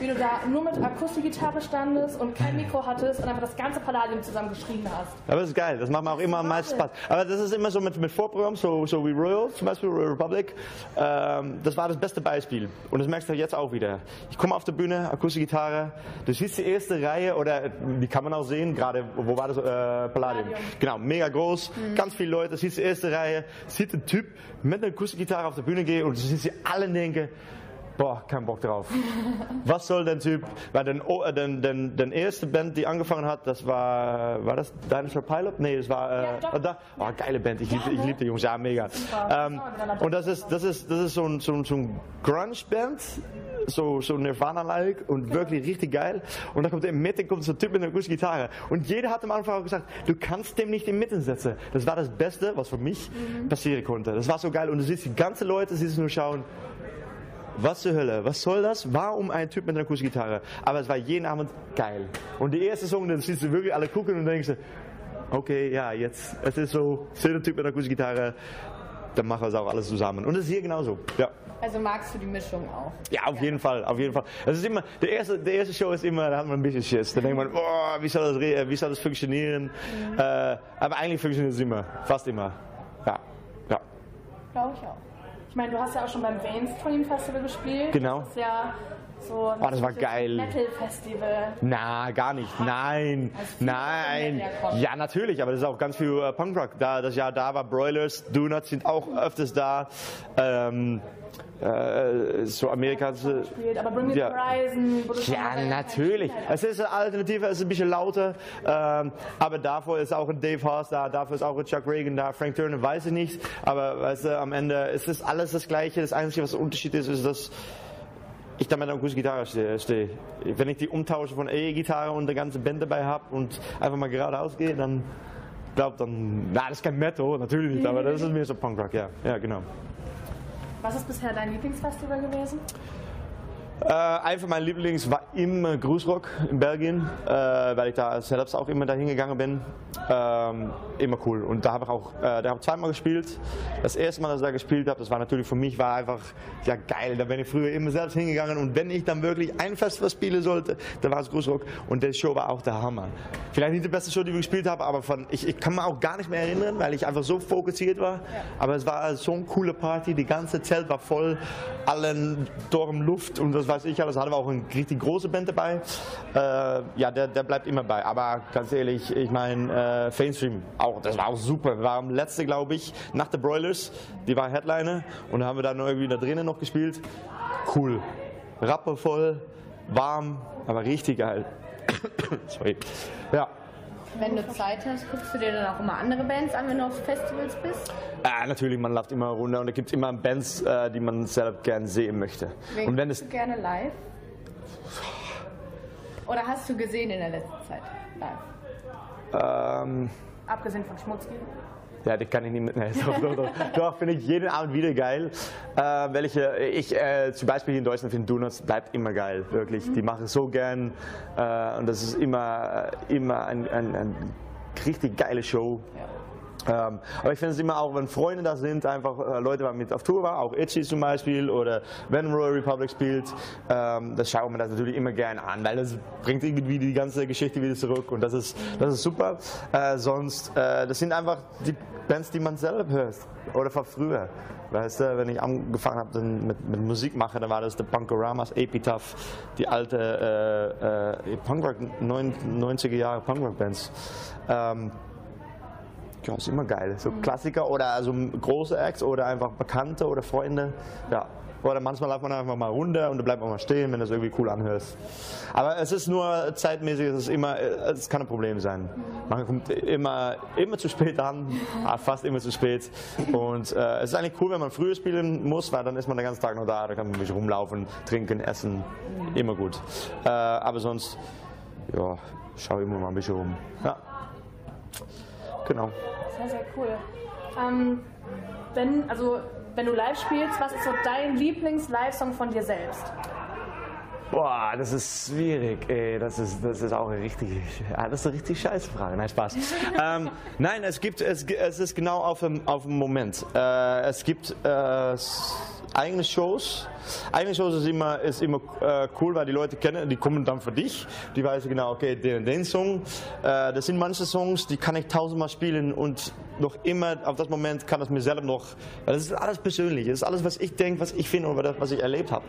[SPEAKER 4] wie du da nur mit Akustikgitarre standest und kein Mikro hattest und einfach das ganze Palladium zusammen geschrien hast.
[SPEAKER 6] Aber das ist geil, das macht mir auch immer am meisten Spaß. Aber das ist immer so mit, mit Vorprogramm, so, so wie Royal, zum Beispiel Royal Republic. Ähm, das war das beste Beispiel. Und das merkst du jetzt auch wieder. Ich komme auf der Bühne, Akustikgitarre, du siehst die erste Reihe, oder äh, die kann man auch sehen, gerade, wo war das? Äh, Palladium. Genau, mega groß, ganz viele Leute, siehst die erste Reihe, sieht ein Typ mit einer Akustikgitarre auf der Bühne gehen und du siehst sie alle denken, Boah, kein Bock drauf. Was soll der Typ? Weil den, oh, äh, den, den, den erste Band, die angefangen hat, das war, war das Dinosaur Pilot? Nee, das war, äh,
[SPEAKER 4] doch.
[SPEAKER 6] da, oh, geile Band, ich liebe, ich liebe die Jungs, ja, mega. Ähm, und das ist, das ist, das ist so ein, so ein, so ein Grunge-Band, so, so Nirvana-like und wirklich richtig geil. Und dann kommt in der Mitte kommt so ein Typ mit einer Akustikgitarre. Und jeder hat am Anfang auch gesagt, du kannst dem nicht in Mitte setzen. Das war das Beste, was für mich passieren konnte. Das war so geil. Und du siehst die ganzen Leute, siehst nur schauen, was zur Hölle? Was soll das? Warum ein Typ mit einer Akustikgitarre? Aber es war jeden Abend geil. Und die erste Song, dann siehst du wirklich alle gucken und denkst, du, okay, ja, jetzt, es ist so, selber Typ mit einer Akustikgitarre, dann machen wir es auch alles zusammen. Und es ist hier genauso. Ja.
[SPEAKER 5] Also magst du die Mischung auch?
[SPEAKER 6] Ja, auf jeden Fall, auf jeden Fall. Es ist immer, der erste, der erste Show ist immer, da hat man ein bisschen Schiss. Da denkt man, oh, wie soll das, re- äh, wie soll das funktionieren?
[SPEAKER 5] Mhm.
[SPEAKER 6] Äh, aber eigentlich funktioniert es immer, fast immer. Ja, ja.
[SPEAKER 5] Glaube ich auch.
[SPEAKER 4] Ich meine, du hast ja auch schon beim Mainstream Festival gespielt.
[SPEAKER 6] Genau.
[SPEAKER 4] Das ist ja so ein
[SPEAKER 6] Oh, das war geil.
[SPEAKER 4] Metal Festival.
[SPEAKER 6] Na, gar nicht. Nein,
[SPEAKER 5] viele
[SPEAKER 6] nein.
[SPEAKER 5] Leute, die herkommen.
[SPEAKER 6] Ja, natürlich, aber das ist auch ganz viel äh, Punkrock. Da, das Jahr da war Broilers, Donuts sind auch öfters da. Ähm, äh, so amerikanische.
[SPEAKER 4] gespielt, aber Bring Me
[SPEAKER 6] Ja.
[SPEAKER 4] the Horizon, wo du schon mal
[SPEAKER 6] Ja,
[SPEAKER 4] deine
[SPEAKER 6] natürlich.
[SPEAKER 4] Kindheit
[SPEAKER 6] Es ist eine Alternative, es ist ein bisschen lauter. Ähm, aber davor ist auch ein Dave Haas da, dafür ist auch ein Chuck Reagan da. Frank Turner weiß ich nicht. Aber weißt du, am Ende ist es alles das Gleiche. Das Einzige, was der Unterschied ist, ist, dass ich da mit einer Akustikgitarre stehe. stehe. Wenn ich die umtausche von E-Gitarre und der ganze Band dabei habe und einfach mal geradeaus gehe, dann glaub dann, na, das ist kein Metal, natürlich nicht, aber das ist mir so Punkrock, ja. Ja, genau.
[SPEAKER 4] Was ist bisher dein Lieblingsfestival gewesen?
[SPEAKER 6] Äh, einfach mein Lieblings war immer Grußrock in Belgien, äh, weil ich da als Setups auch immer dahin gegangen bin. Ähm, immer cool. Und da habe ich auch, äh, da habe ich zweimal gespielt. Das erste Mal, dass ich da gespielt habe, das war natürlich für mich war einfach ja geil. Da bin ich früher immer selbst hingegangen und wenn ich dann wirklich ein Festival spielen sollte, dann war es Grußrock und die Show war auch der Hammer. Vielleicht nicht die beste Show, die wir gespielt haben, aber von ich, ich kann mir auch gar nicht mehr erinnern, weil ich einfach so fokussiert war. Aber es war so eine coole Party, die ganze Zelt war voll, allen Dorm Luft und was weiß ich alles. Hatten wir auch eine richtig große Band dabei. Äh, ja, der, der bleibt immer bei. Aber ganz ehrlich, ich meine, äh, Mainstream, auch, das war auch super. Wir waren letzte, glaube ich, nach der Broilers, die war Headliner und haben wir dann irgendwie da drinnen noch gespielt. Cool. Rappevoll, warm, aber richtig geil. Sorry. Ja.
[SPEAKER 5] Wenn du Zeit hast, guckst du dir dann auch immer andere Bands an, wenn du auf Festivals bist?
[SPEAKER 6] Ah, natürlich, man läuft immer runter und es gibt immer Bands, äh, die man selber gern sehen möchte.
[SPEAKER 5] Wen
[SPEAKER 6] Und wenn
[SPEAKER 5] guckst
[SPEAKER 6] es
[SPEAKER 5] du gerne live? Oder hast du gesehen in der letzten Zeit live?
[SPEAKER 6] ähm,
[SPEAKER 4] Abgesehen von Schmutzki.
[SPEAKER 6] Ja, das kann ich nicht mit. Nee, doch, doch, doch. doch finde ich jeden Abend wieder geil. Äh, welche, ich äh, zum Beispiel hier in Deutschland finde Donuts bleibt immer geil, wirklich. Die machen es so gern äh, und das ist immer, äh, immer ein, ein, ein richtig geile Show. Ähm, aber ich finde es immer auch, wenn Freunde da sind, einfach äh, Leute, die mit auf Tour waren, auch Itchy zum Beispiel oder wenn Royal Republic spielt, ähm, das schauen wir das natürlich immer gern an, weil das bringt irgendwie die ganze Geschichte wieder zurück und das ist, das ist super. Äh, sonst, äh, das sind einfach die Bands, die man selber hört oder von früher. Weißt du, wenn ich angefangen habe dann mit, mit Musik machen, dann war das der Punkoramas, Epitaph, die alte äh, äh, Punkrock, 90er Jahre Punkrock-Bands. Ähm, ja, ist immer geil. So Klassiker oder also große Acts oder einfach Bekannte oder Freunde. Ja. Oder manchmal läuft man einfach mal runter und dann bleibt man mal stehen, wenn das irgendwie cool anhört. Aber es ist nur zeitmäßig, es ist immer, es kann ein Problem sein. Man kommt immer, immer zu spät an, ah, fast immer zu spät. Und äh, es ist eigentlich cool, wenn man früher spielen muss, weil dann ist man den ganzen Tag noch da, da kann man ein bisschen rumlaufen, trinken, essen, immer gut. Äh, aber sonst, ja, schau immer mal ein bisschen rum. Ja, genau.
[SPEAKER 4] Sehr, sehr cool. Ähm, wenn, also, wenn du live spielst, was ist so dein Lieblings-Live-Song von dir selbst?
[SPEAKER 6] Boah, das ist schwierig. Ey, das ist, das ist auch eine richtig, ah, das ist eine richtig scheiße Frage. Nein, Spaß. ähm, nein, es gibt, es, gi- es ist genau auf dem, auf dem Moment. Äh, es gibt äh, s- eigene Shows. Eigene Shows ist immer, ist immer äh, cool, weil die Leute kennen, die kommen dann für dich. Die wissen genau, okay, den, den Song. Äh, das sind manche Songs, die kann ich tausendmal spielen und noch immer auf das Moment kann es mir selber noch. weil Das ist alles persönlich. Das ist alles, was ich denke, was ich finde oder das, was ich erlebt habe.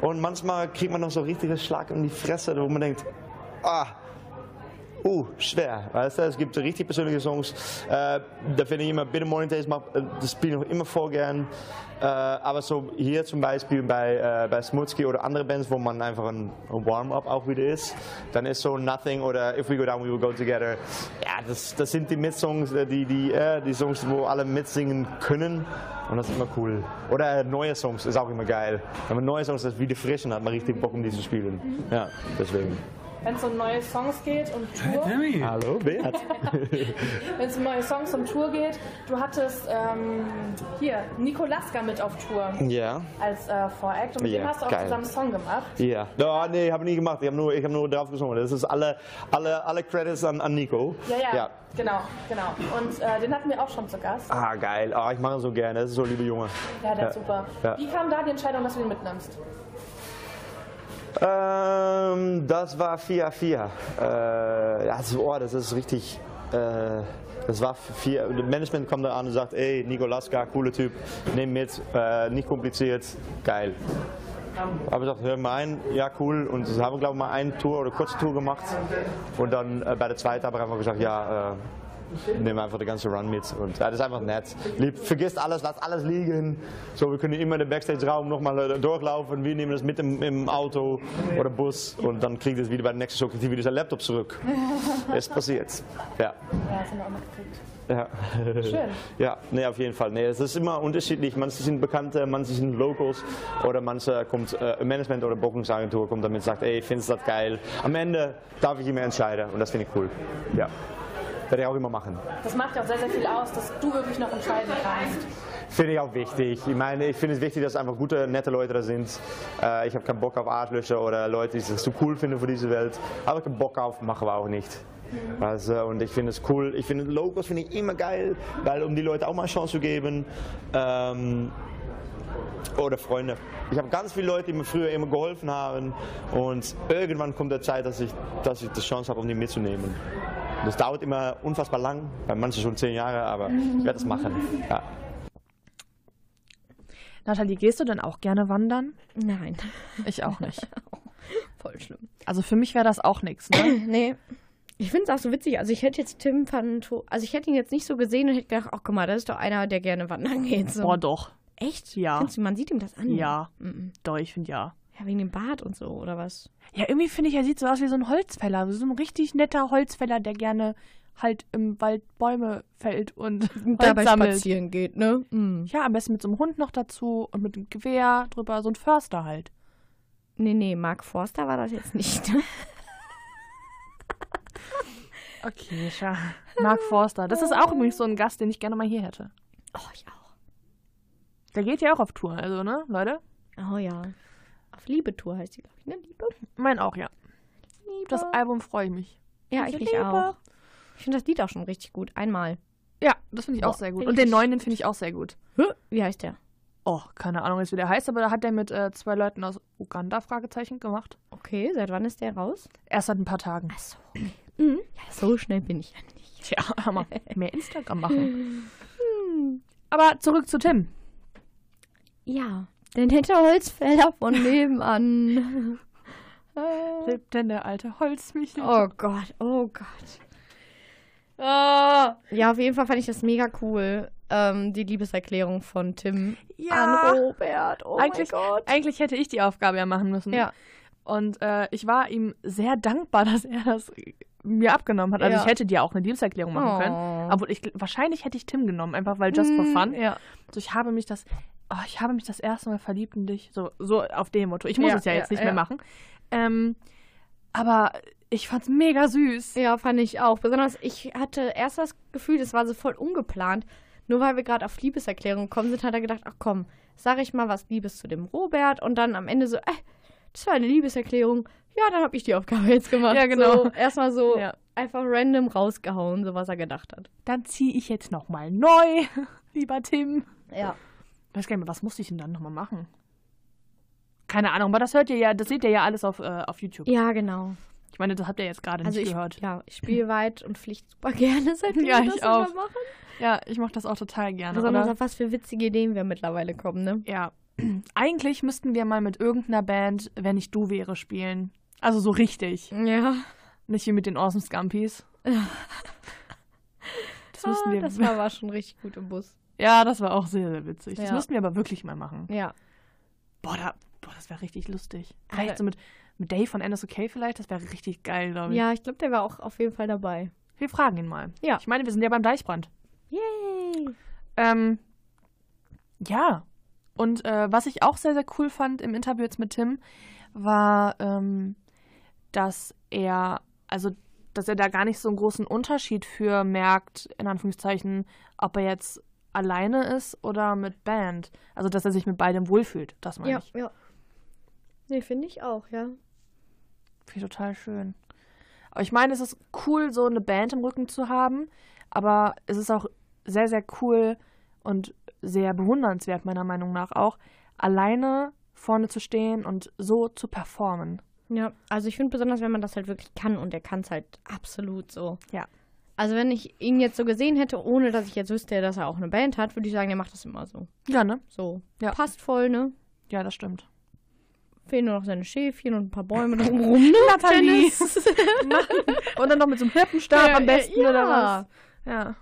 [SPEAKER 6] Und manchmal kriegt man noch so richtige Schlag in die Fresse, wo man denkt, ah, uh, schwer. Weißt du, es gibt richtig persönliche Songs. Äh, da finde ich immer, Bitter Morning Days, mag- äh, das spiele ich noch immer vor gern. Äh, aber so hier zum Beispiel bei, äh, bei Smutski oder andere Bands, wo man einfach ein ein Warm-up auch wieder ist, dann ist so Nothing oder If We Go Down, We Will Go Together. Ja, das, das sind die Mitsongs, äh, die, die, äh, die Songs, wo alle mitsingen können. Und das ist immer cool. Oder äh, neue Songs ist auch immer geil. Wenn man neue Songs hat, wie die frischen, hat man richtig Bock, um die zu spielen. Ja, deswegen.
[SPEAKER 4] Wenn es um neue Songs geht und Tour.
[SPEAKER 1] Tammy.
[SPEAKER 6] Hallo, Beat.
[SPEAKER 4] Wenn es um neue Songs und Tour geht, du hattest ähm, hier Nikolaska mit auf Tour
[SPEAKER 6] Ja.
[SPEAKER 4] als äh, Voract und mit
[SPEAKER 6] Ja,
[SPEAKER 4] dem hast du auch
[SPEAKER 6] geil.
[SPEAKER 4] zusammen einen Song gemacht.
[SPEAKER 6] Ja. No, nee, habe ich nie gemacht. Ich habe nur, ich hab nur drauf gesungen. Das ist alle, alle, alle Credits an, an Nico.
[SPEAKER 4] Ja, ja, genau, genau. Und äh, den hatten wir auch schon zu Gast.
[SPEAKER 6] Ah, geil. Ah, ich mache so gerne. Das ist so, liebe Junge.
[SPEAKER 4] Ja, der
[SPEAKER 6] Ja,
[SPEAKER 4] ist super.
[SPEAKER 6] ja.
[SPEAKER 4] Wie kam da die Entscheidung, dass du den mitnimmst?
[SPEAKER 6] Ähm, das war 4-4. Äh, also, oh, das ist richtig. Äh, das war 4. Das Management kommt da an und sagt: Ey, Nico Laska, cooler Typ, nimm mit, äh, nicht kompliziert, geil. Aber ich dachte, hör mal ein, ja cool. Und das haben wir, glaube ich, mal eine Tour oder kurze Tour gemacht. Und dann äh, bei der zweiten haben wir einfach gesagt, ja, äh, nehmen einfach den ganzen Run mit. Und ja, das ist einfach nett. Lieb, vergisst alles, lass alles liegen. So, wir können immer in den Backstage-Raum nochmal durchlaufen. Wir nehmen das mit im, im Auto oder Bus. Und dann kriegt es wieder bei der nächsten Show, kriegt ihr wieder sein Laptop zurück. ist passiert. Ja.
[SPEAKER 4] Ja, das haben wir auch mitgekriegt.
[SPEAKER 6] Ja.
[SPEAKER 4] Schön.
[SPEAKER 6] Ja, nee, auf jeden Fall. Nee, es ist immer unterschiedlich. Manche sind Bekannte, manche sind Locals oder manche kommt äh, Management oder Bookingsagentur kommt damit und sagt, ey, findest du das geil? Am Ende darf ich immer entscheiden und das finde ich cool. Ja. Werde ich auch immer machen.
[SPEAKER 4] Das macht ja auch sehr, sehr viel aus, dass du wirklich noch entscheiden kannst.
[SPEAKER 6] Finde ich auch wichtig. Ich meine, ich finde es wichtig, dass einfach gute, nette Leute da sind. Äh, ich habe keinen Bock auf Arschlöcher oder Leute, die es zu cool finden für diese Welt. Aber ich habe Bock auf, machen wir auch nicht. Also, und ich finde es cool. Ich finde Logos finde ich immer geil, weil um die Leute auch mal eine Chance zu geben. Ähm, oder Freunde. Ich habe ganz viele Leute, die mir früher immer geholfen haben. Und irgendwann kommt der Zeit, dass ich, dass ich die Chance habe, um die mitzunehmen. Das dauert immer unfassbar lang, bei manchen schon zehn Jahre, aber ich werde das machen. Ja.
[SPEAKER 3] Nathalie, gehst du denn auch gerne wandern?
[SPEAKER 2] Nein,
[SPEAKER 3] Ich auch nicht.
[SPEAKER 2] voll schlimm.
[SPEAKER 3] Also für mich wäre das auch nichts. Ne?
[SPEAKER 2] Nee. Ich finde es auch so witzig. Also ich hätte jetzt Tim van To- also ich hätte ihn jetzt nicht so gesehen und hätte gedacht, ach guck mal, das ist doch einer, der gerne wandern geht. So.
[SPEAKER 7] Boah, doch.
[SPEAKER 2] Echt?
[SPEAKER 7] Ja.
[SPEAKER 2] Findest du, man sieht ihm das an?
[SPEAKER 7] Ja.
[SPEAKER 2] Mhm.
[SPEAKER 7] Doch, ich finde ja.
[SPEAKER 2] Ja, wegen dem Bart und so, oder was?
[SPEAKER 3] Ja, irgendwie finde ich, er sieht so aus wie so ein Holzfäller. So ein richtig netter Holzfäller, der gerne halt im Wald Bäume fällt und Holz
[SPEAKER 2] Dabei
[SPEAKER 3] sammelt.
[SPEAKER 2] spazieren geht, ne? Mhm.
[SPEAKER 3] Ja, am besten mit so einem Hund noch dazu und mit einem Gewehr drüber. So ein Förster halt.
[SPEAKER 2] Nee, nee, Mark Forster war das jetzt nicht.
[SPEAKER 3] Okay, ja. Mark Forster. Das ist auch übrigens so ein Gast, den ich gerne mal hier hätte.
[SPEAKER 2] oh, ich auch.
[SPEAKER 3] Der geht ja auch auf Tour, also, ne, Leute?
[SPEAKER 2] Oh ja. Auf Liebe-Tour heißt die, glaube ich, ne? Liebe?
[SPEAKER 3] Mein auch, ja.
[SPEAKER 2] Liebe.
[SPEAKER 3] Das Album freue ich mich.
[SPEAKER 2] ja, ich
[SPEAKER 3] Also
[SPEAKER 2] mich
[SPEAKER 3] Liebe.
[SPEAKER 2] auch. Ich finde das Lied auch schon richtig gut. Einmal.
[SPEAKER 3] Ja, das finde ich auch
[SPEAKER 2] Boah,
[SPEAKER 3] sehr gut.
[SPEAKER 2] find
[SPEAKER 3] Und
[SPEAKER 2] ich
[SPEAKER 3] den neuen, den finde ich auch sehr gut.
[SPEAKER 2] Hä? Wie heißt der?
[SPEAKER 3] Oh, keine Ahnung jetzt, wie der heißt, aber da hat er mit äh, zwei Leuten aus Uganda Fragezeichen gemacht.
[SPEAKER 2] Okay, seit wann ist der raus?
[SPEAKER 3] Erst seit ein paar Tagen.
[SPEAKER 2] Achso. Mhm. Ja, so schnell bin ich ja nicht.
[SPEAKER 3] Tja, Hammer. Mehr Instagram machen. Hm. Aber zurück zu Tim.
[SPEAKER 2] Ja. Dann hätte Holzfäller von nebenan. Äh,
[SPEAKER 3] Lebt denn der alte Holzmichel?
[SPEAKER 2] oh Gott, oh Gott.
[SPEAKER 3] Oh.
[SPEAKER 2] Ah, ja, auf jeden Fall fand ich das mega cool. Ähm, die Liebeserklärung von Tim
[SPEAKER 3] ja.
[SPEAKER 2] an Robert. Oh
[SPEAKER 3] Eigentlich,
[SPEAKER 2] mein Gott.
[SPEAKER 3] eigentlich hätte ich die Aufgabe ja machen müssen.
[SPEAKER 2] Ja.
[SPEAKER 3] Und äh, ich war ihm sehr dankbar, dass er das mir abgenommen hat. Also
[SPEAKER 2] Ja.
[SPEAKER 3] ich hätte dir auch eine Liebeserklärung machen können.
[SPEAKER 2] Oh.
[SPEAKER 3] Aber ich, gl- wahrscheinlich hätte ich Tim genommen, einfach weil just for
[SPEAKER 2] Mm,
[SPEAKER 3] fun.
[SPEAKER 2] Ja.
[SPEAKER 3] So, ich habe mich das, oh, ich habe mich das erste Mal verliebt in dich. So, so auf dem Motto. Ich muss
[SPEAKER 2] Ja,
[SPEAKER 3] es ja
[SPEAKER 2] ja,
[SPEAKER 3] jetzt nicht
[SPEAKER 2] ja.
[SPEAKER 3] mehr machen. Ähm, aber ich fand's mega süß.
[SPEAKER 2] ja, fand ich auch. Besonders, ich hatte erst das Gefühl, das war so voll ungeplant. Nur weil wir gerade auf Liebeserklärung gekommen sind, hat er gedacht, ach komm, sag ich mal was Liebes zu dem Robert. Und dann am Ende so, äh, das war eine Liebeserklärung. Ja, dann habe ich die Aufgabe jetzt gemacht.
[SPEAKER 3] Ja, genau.
[SPEAKER 2] So, erstmal so
[SPEAKER 3] Ja.
[SPEAKER 2] einfach random rausgehauen, so was er gedacht hat.
[SPEAKER 3] Dann ziehe ich jetzt nochmal neu, lieber Tim.
[SPEAKER 2] Ja.
[SPEAKER 3] Weiß gar nicht mehr, was musste ich denn dann nochmal machen? Keine Ahnung, aber das hört ihr ja, das seht ihr ja alles auf, äh, auf YouTube.
[SPEAKER 2] Ja, genau.
[SPEAKER 3] Ich meine, das habt ihr jetzt gerade
[SPEAKER 2] Also
[SPEAKER 3] nicht
[SPEAKER 2] ich,
[SPEAKER 3] gehört.
[SPEAKER 2] ja, ich spiele weit und pflicht super gerne, seitdem
[SPEAKER 3] Ja,
[SPEAKER 2] wir das
[SPEAKER 3] ich auch.
[SPEAKER 2] immer machen.
[SPEAKER 3] Ja, ich mache das auch total gerne.
[SPEAKER 2] Besonders
[SPEAKER 3] oder?
[SPEAKER 2] auf was für witzige Ideen wir mittlerweile kommen, ne?
[SPEAKER 3] Ja. Eigentlich müssten wir mal mit irgendeiner Band, wenn ich du wäre, spielen. Also so richtig.
[SPEAKER 2] Ja.
[SPEAKER 3] Nicht wie mit den Awesome Scumpies. Das müssten
[SPEAKER 2] ah,
[SPEAKER 3] wir.
[SPEAKER 2] das war, war schon richtig gut im Bus.
[SPEAKER 3] ja, das war auch sehr, sehr witzig. Das
[SPEAKER 2] Ja.
[SPEAKER 3] müssten wir aber wirklich mal machen.
[SPEAKER 2] Ja.
[SPEAKER 3] Boah, da, boah das wäre richtig lustig.
[SPEAKER 2] Äh.
[SPEAKER 3] Vielleicht so mit, mit Dave von NSOK vielleicht. Das wäre richtig geil, glaube ich.
[SPEAKER 2] Ja, ich glaube, der war auch auf jeden Fall dabei.
[SPEAKER 3] Wir fragen ihn mal.
[SPEAKER 2] Ja.
[SPEAKER 3] Ich meine, wir sind ja beim Deichbrand.
[SPEAKER 2] Yay!
[SPEAKER 3] Ähm, ja. Und äh, was ich auch sehr, sehr cool fand im Interview jetzt mit Tim, war, ähm, dass er, also, dass er da gar nicht so einen großen Unterschied für merkt, in Anführungszeichen, ob er jetzt alleine ist oder mit Band. Also, dass er sich mit beidem wohlfühlt, das meine
[SPEAKER 2] Ja,
[SPEAKER 3] ich.
[SPEAKER 2] ja. Nee, finde ich auch, ja.
[SPEAKER 3] Finde ich total schön. Aber ich meine, es ist cool, so eine Band im Rücken zu haben, aber es ist auch sehr, sehr cool und sehr bewundernswert, meiner Meinung nach auch, alleine vorne zu stehen und so zu performen.
[SPEAKER 2] Ja, also ich finde besonders, wenn man das halt wirklich kann und er kann es halt absolut so.
[SPEAKER 3] Ja.
[SPEAKER 2] Also wenn ich ihn jetzt so gesehen hätte, ohne dass ich jetzt wüsste, dass er auch eine Band hat, würde ich sagen, der macht das immer so.
[SPEAKER 3] Ja, ne?
[SPEAKER 2] So.
[SPEAKER 3] Ja.
[SPEAKER 2] Passt voll, ne?
[SPEAKER 3] Ja, das stimmt.
[SPEAKER 2] Fehlen nur noch seine Schäfchen und ein paar Bäume drumherum, ne?
[SPEAKER 3] Nathalie.
[SPEAKER 2] Tennis.
[SPEAKER 3] Und dann noch mit so einem Hüppenstab
[SPEAKER 2] Ja,
[SPEAKER 3] am besten
[SPEAKER 2] Äh, ja.
[SPEAKER 3] oder was? Ja.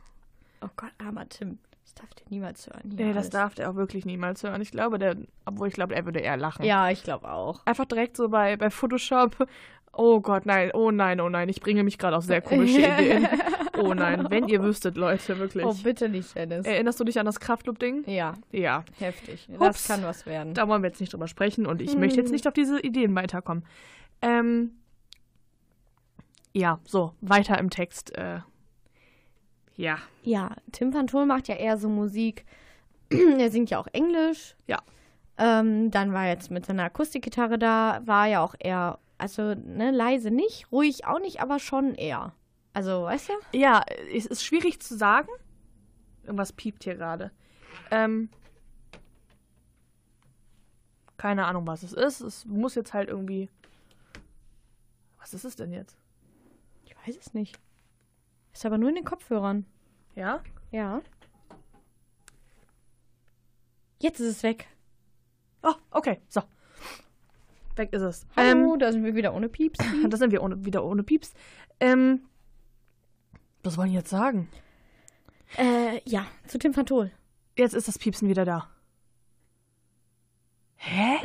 [SPEAKER 2] Oh Gott, armer Tim. Das darf der niemals hören.
[SPEAKER 3] Nee,
[SPEAKER 2] Hier
[SPEAKER 3] das
[SPEAKER 2] alles.
[SPEAKER 3] darf der auch wirklich niemals hören. Ich glaube, der, obwohl ich glaube, er würde eher lachen.
[SPEAKER 2] Ja, ich glaube auch.
[SPEAKER 3] Einfach direkt so bei, bei Photoshop. Oh Gott, nein, oh nein, oh nein, ich bringe mich gerade auf sehr komische Ideen. Oh nein, wenn ihr wüsstet, Leute, wirklich. Äh.
[SPEAKER 2] Oh, bitte nicht, Dennis.
[SPEAKER 3] Erinnerst du dich an das Kraftloop-Ding?
[SPEAKER 2] Ja,
[SPEAKER 3] Ja.
[SPEAKER 2] heftig.
[SPEAKER 3] Ups.
[SPEAKER 2] Das kann was werden.
[SPEAKER 3] Da wollen wir jetzt nicht drüber sprechen und ich möchte
[SPEAKER 2] Hm.
[SPEAKER 3] jetzt nicht auf diese Ideen weiterkommen. Ähm, ja, so, weiter im Text. Äh, ja.
[SPEAKER 2] Ja, Tim Pantol macht ja eher so Musik. er singt ja auch Englisch.
[SPEAKER 3] Ja.
[SPEAKER 2] Ähm, dann war er jetzt mit seiner Akustikgitarre da, war ja auch eher, also ne, leise nicht, ruhig auch nicht, aber schon eher. Also, weißt du?
[SPEAKER 3] Ja, es ist schwierig zu sagen. Irgendwas piept hier gerade. Ähm, keine Ahnung, was es ist. Es muss jetzt halt irgendwie. Was ist es denn jetzt?
[SPEAKER 2] Ich weiß es nicht. Ist aber nur in den Kopfhörern.
[SPEAKER 3] Ja?
[SPEAKER 2] Ja. Jetzt ist es weg.
[SPEAKER 3] Oh, okay. So. Weg ist es.
[SPEAKER 2] Hallo, da sind wir wieder ohne Pieps.
[SPEAKER 3] Ähm, das sind wir ohne, wieder ohne Pieps. Ähm, was wollen die jetzt sagen?
[SPEAKER 2] äh, ja, zu Tim Pantol.
[SPEAKER 3] Jetzt ist das Piepsen wieder da. Hä?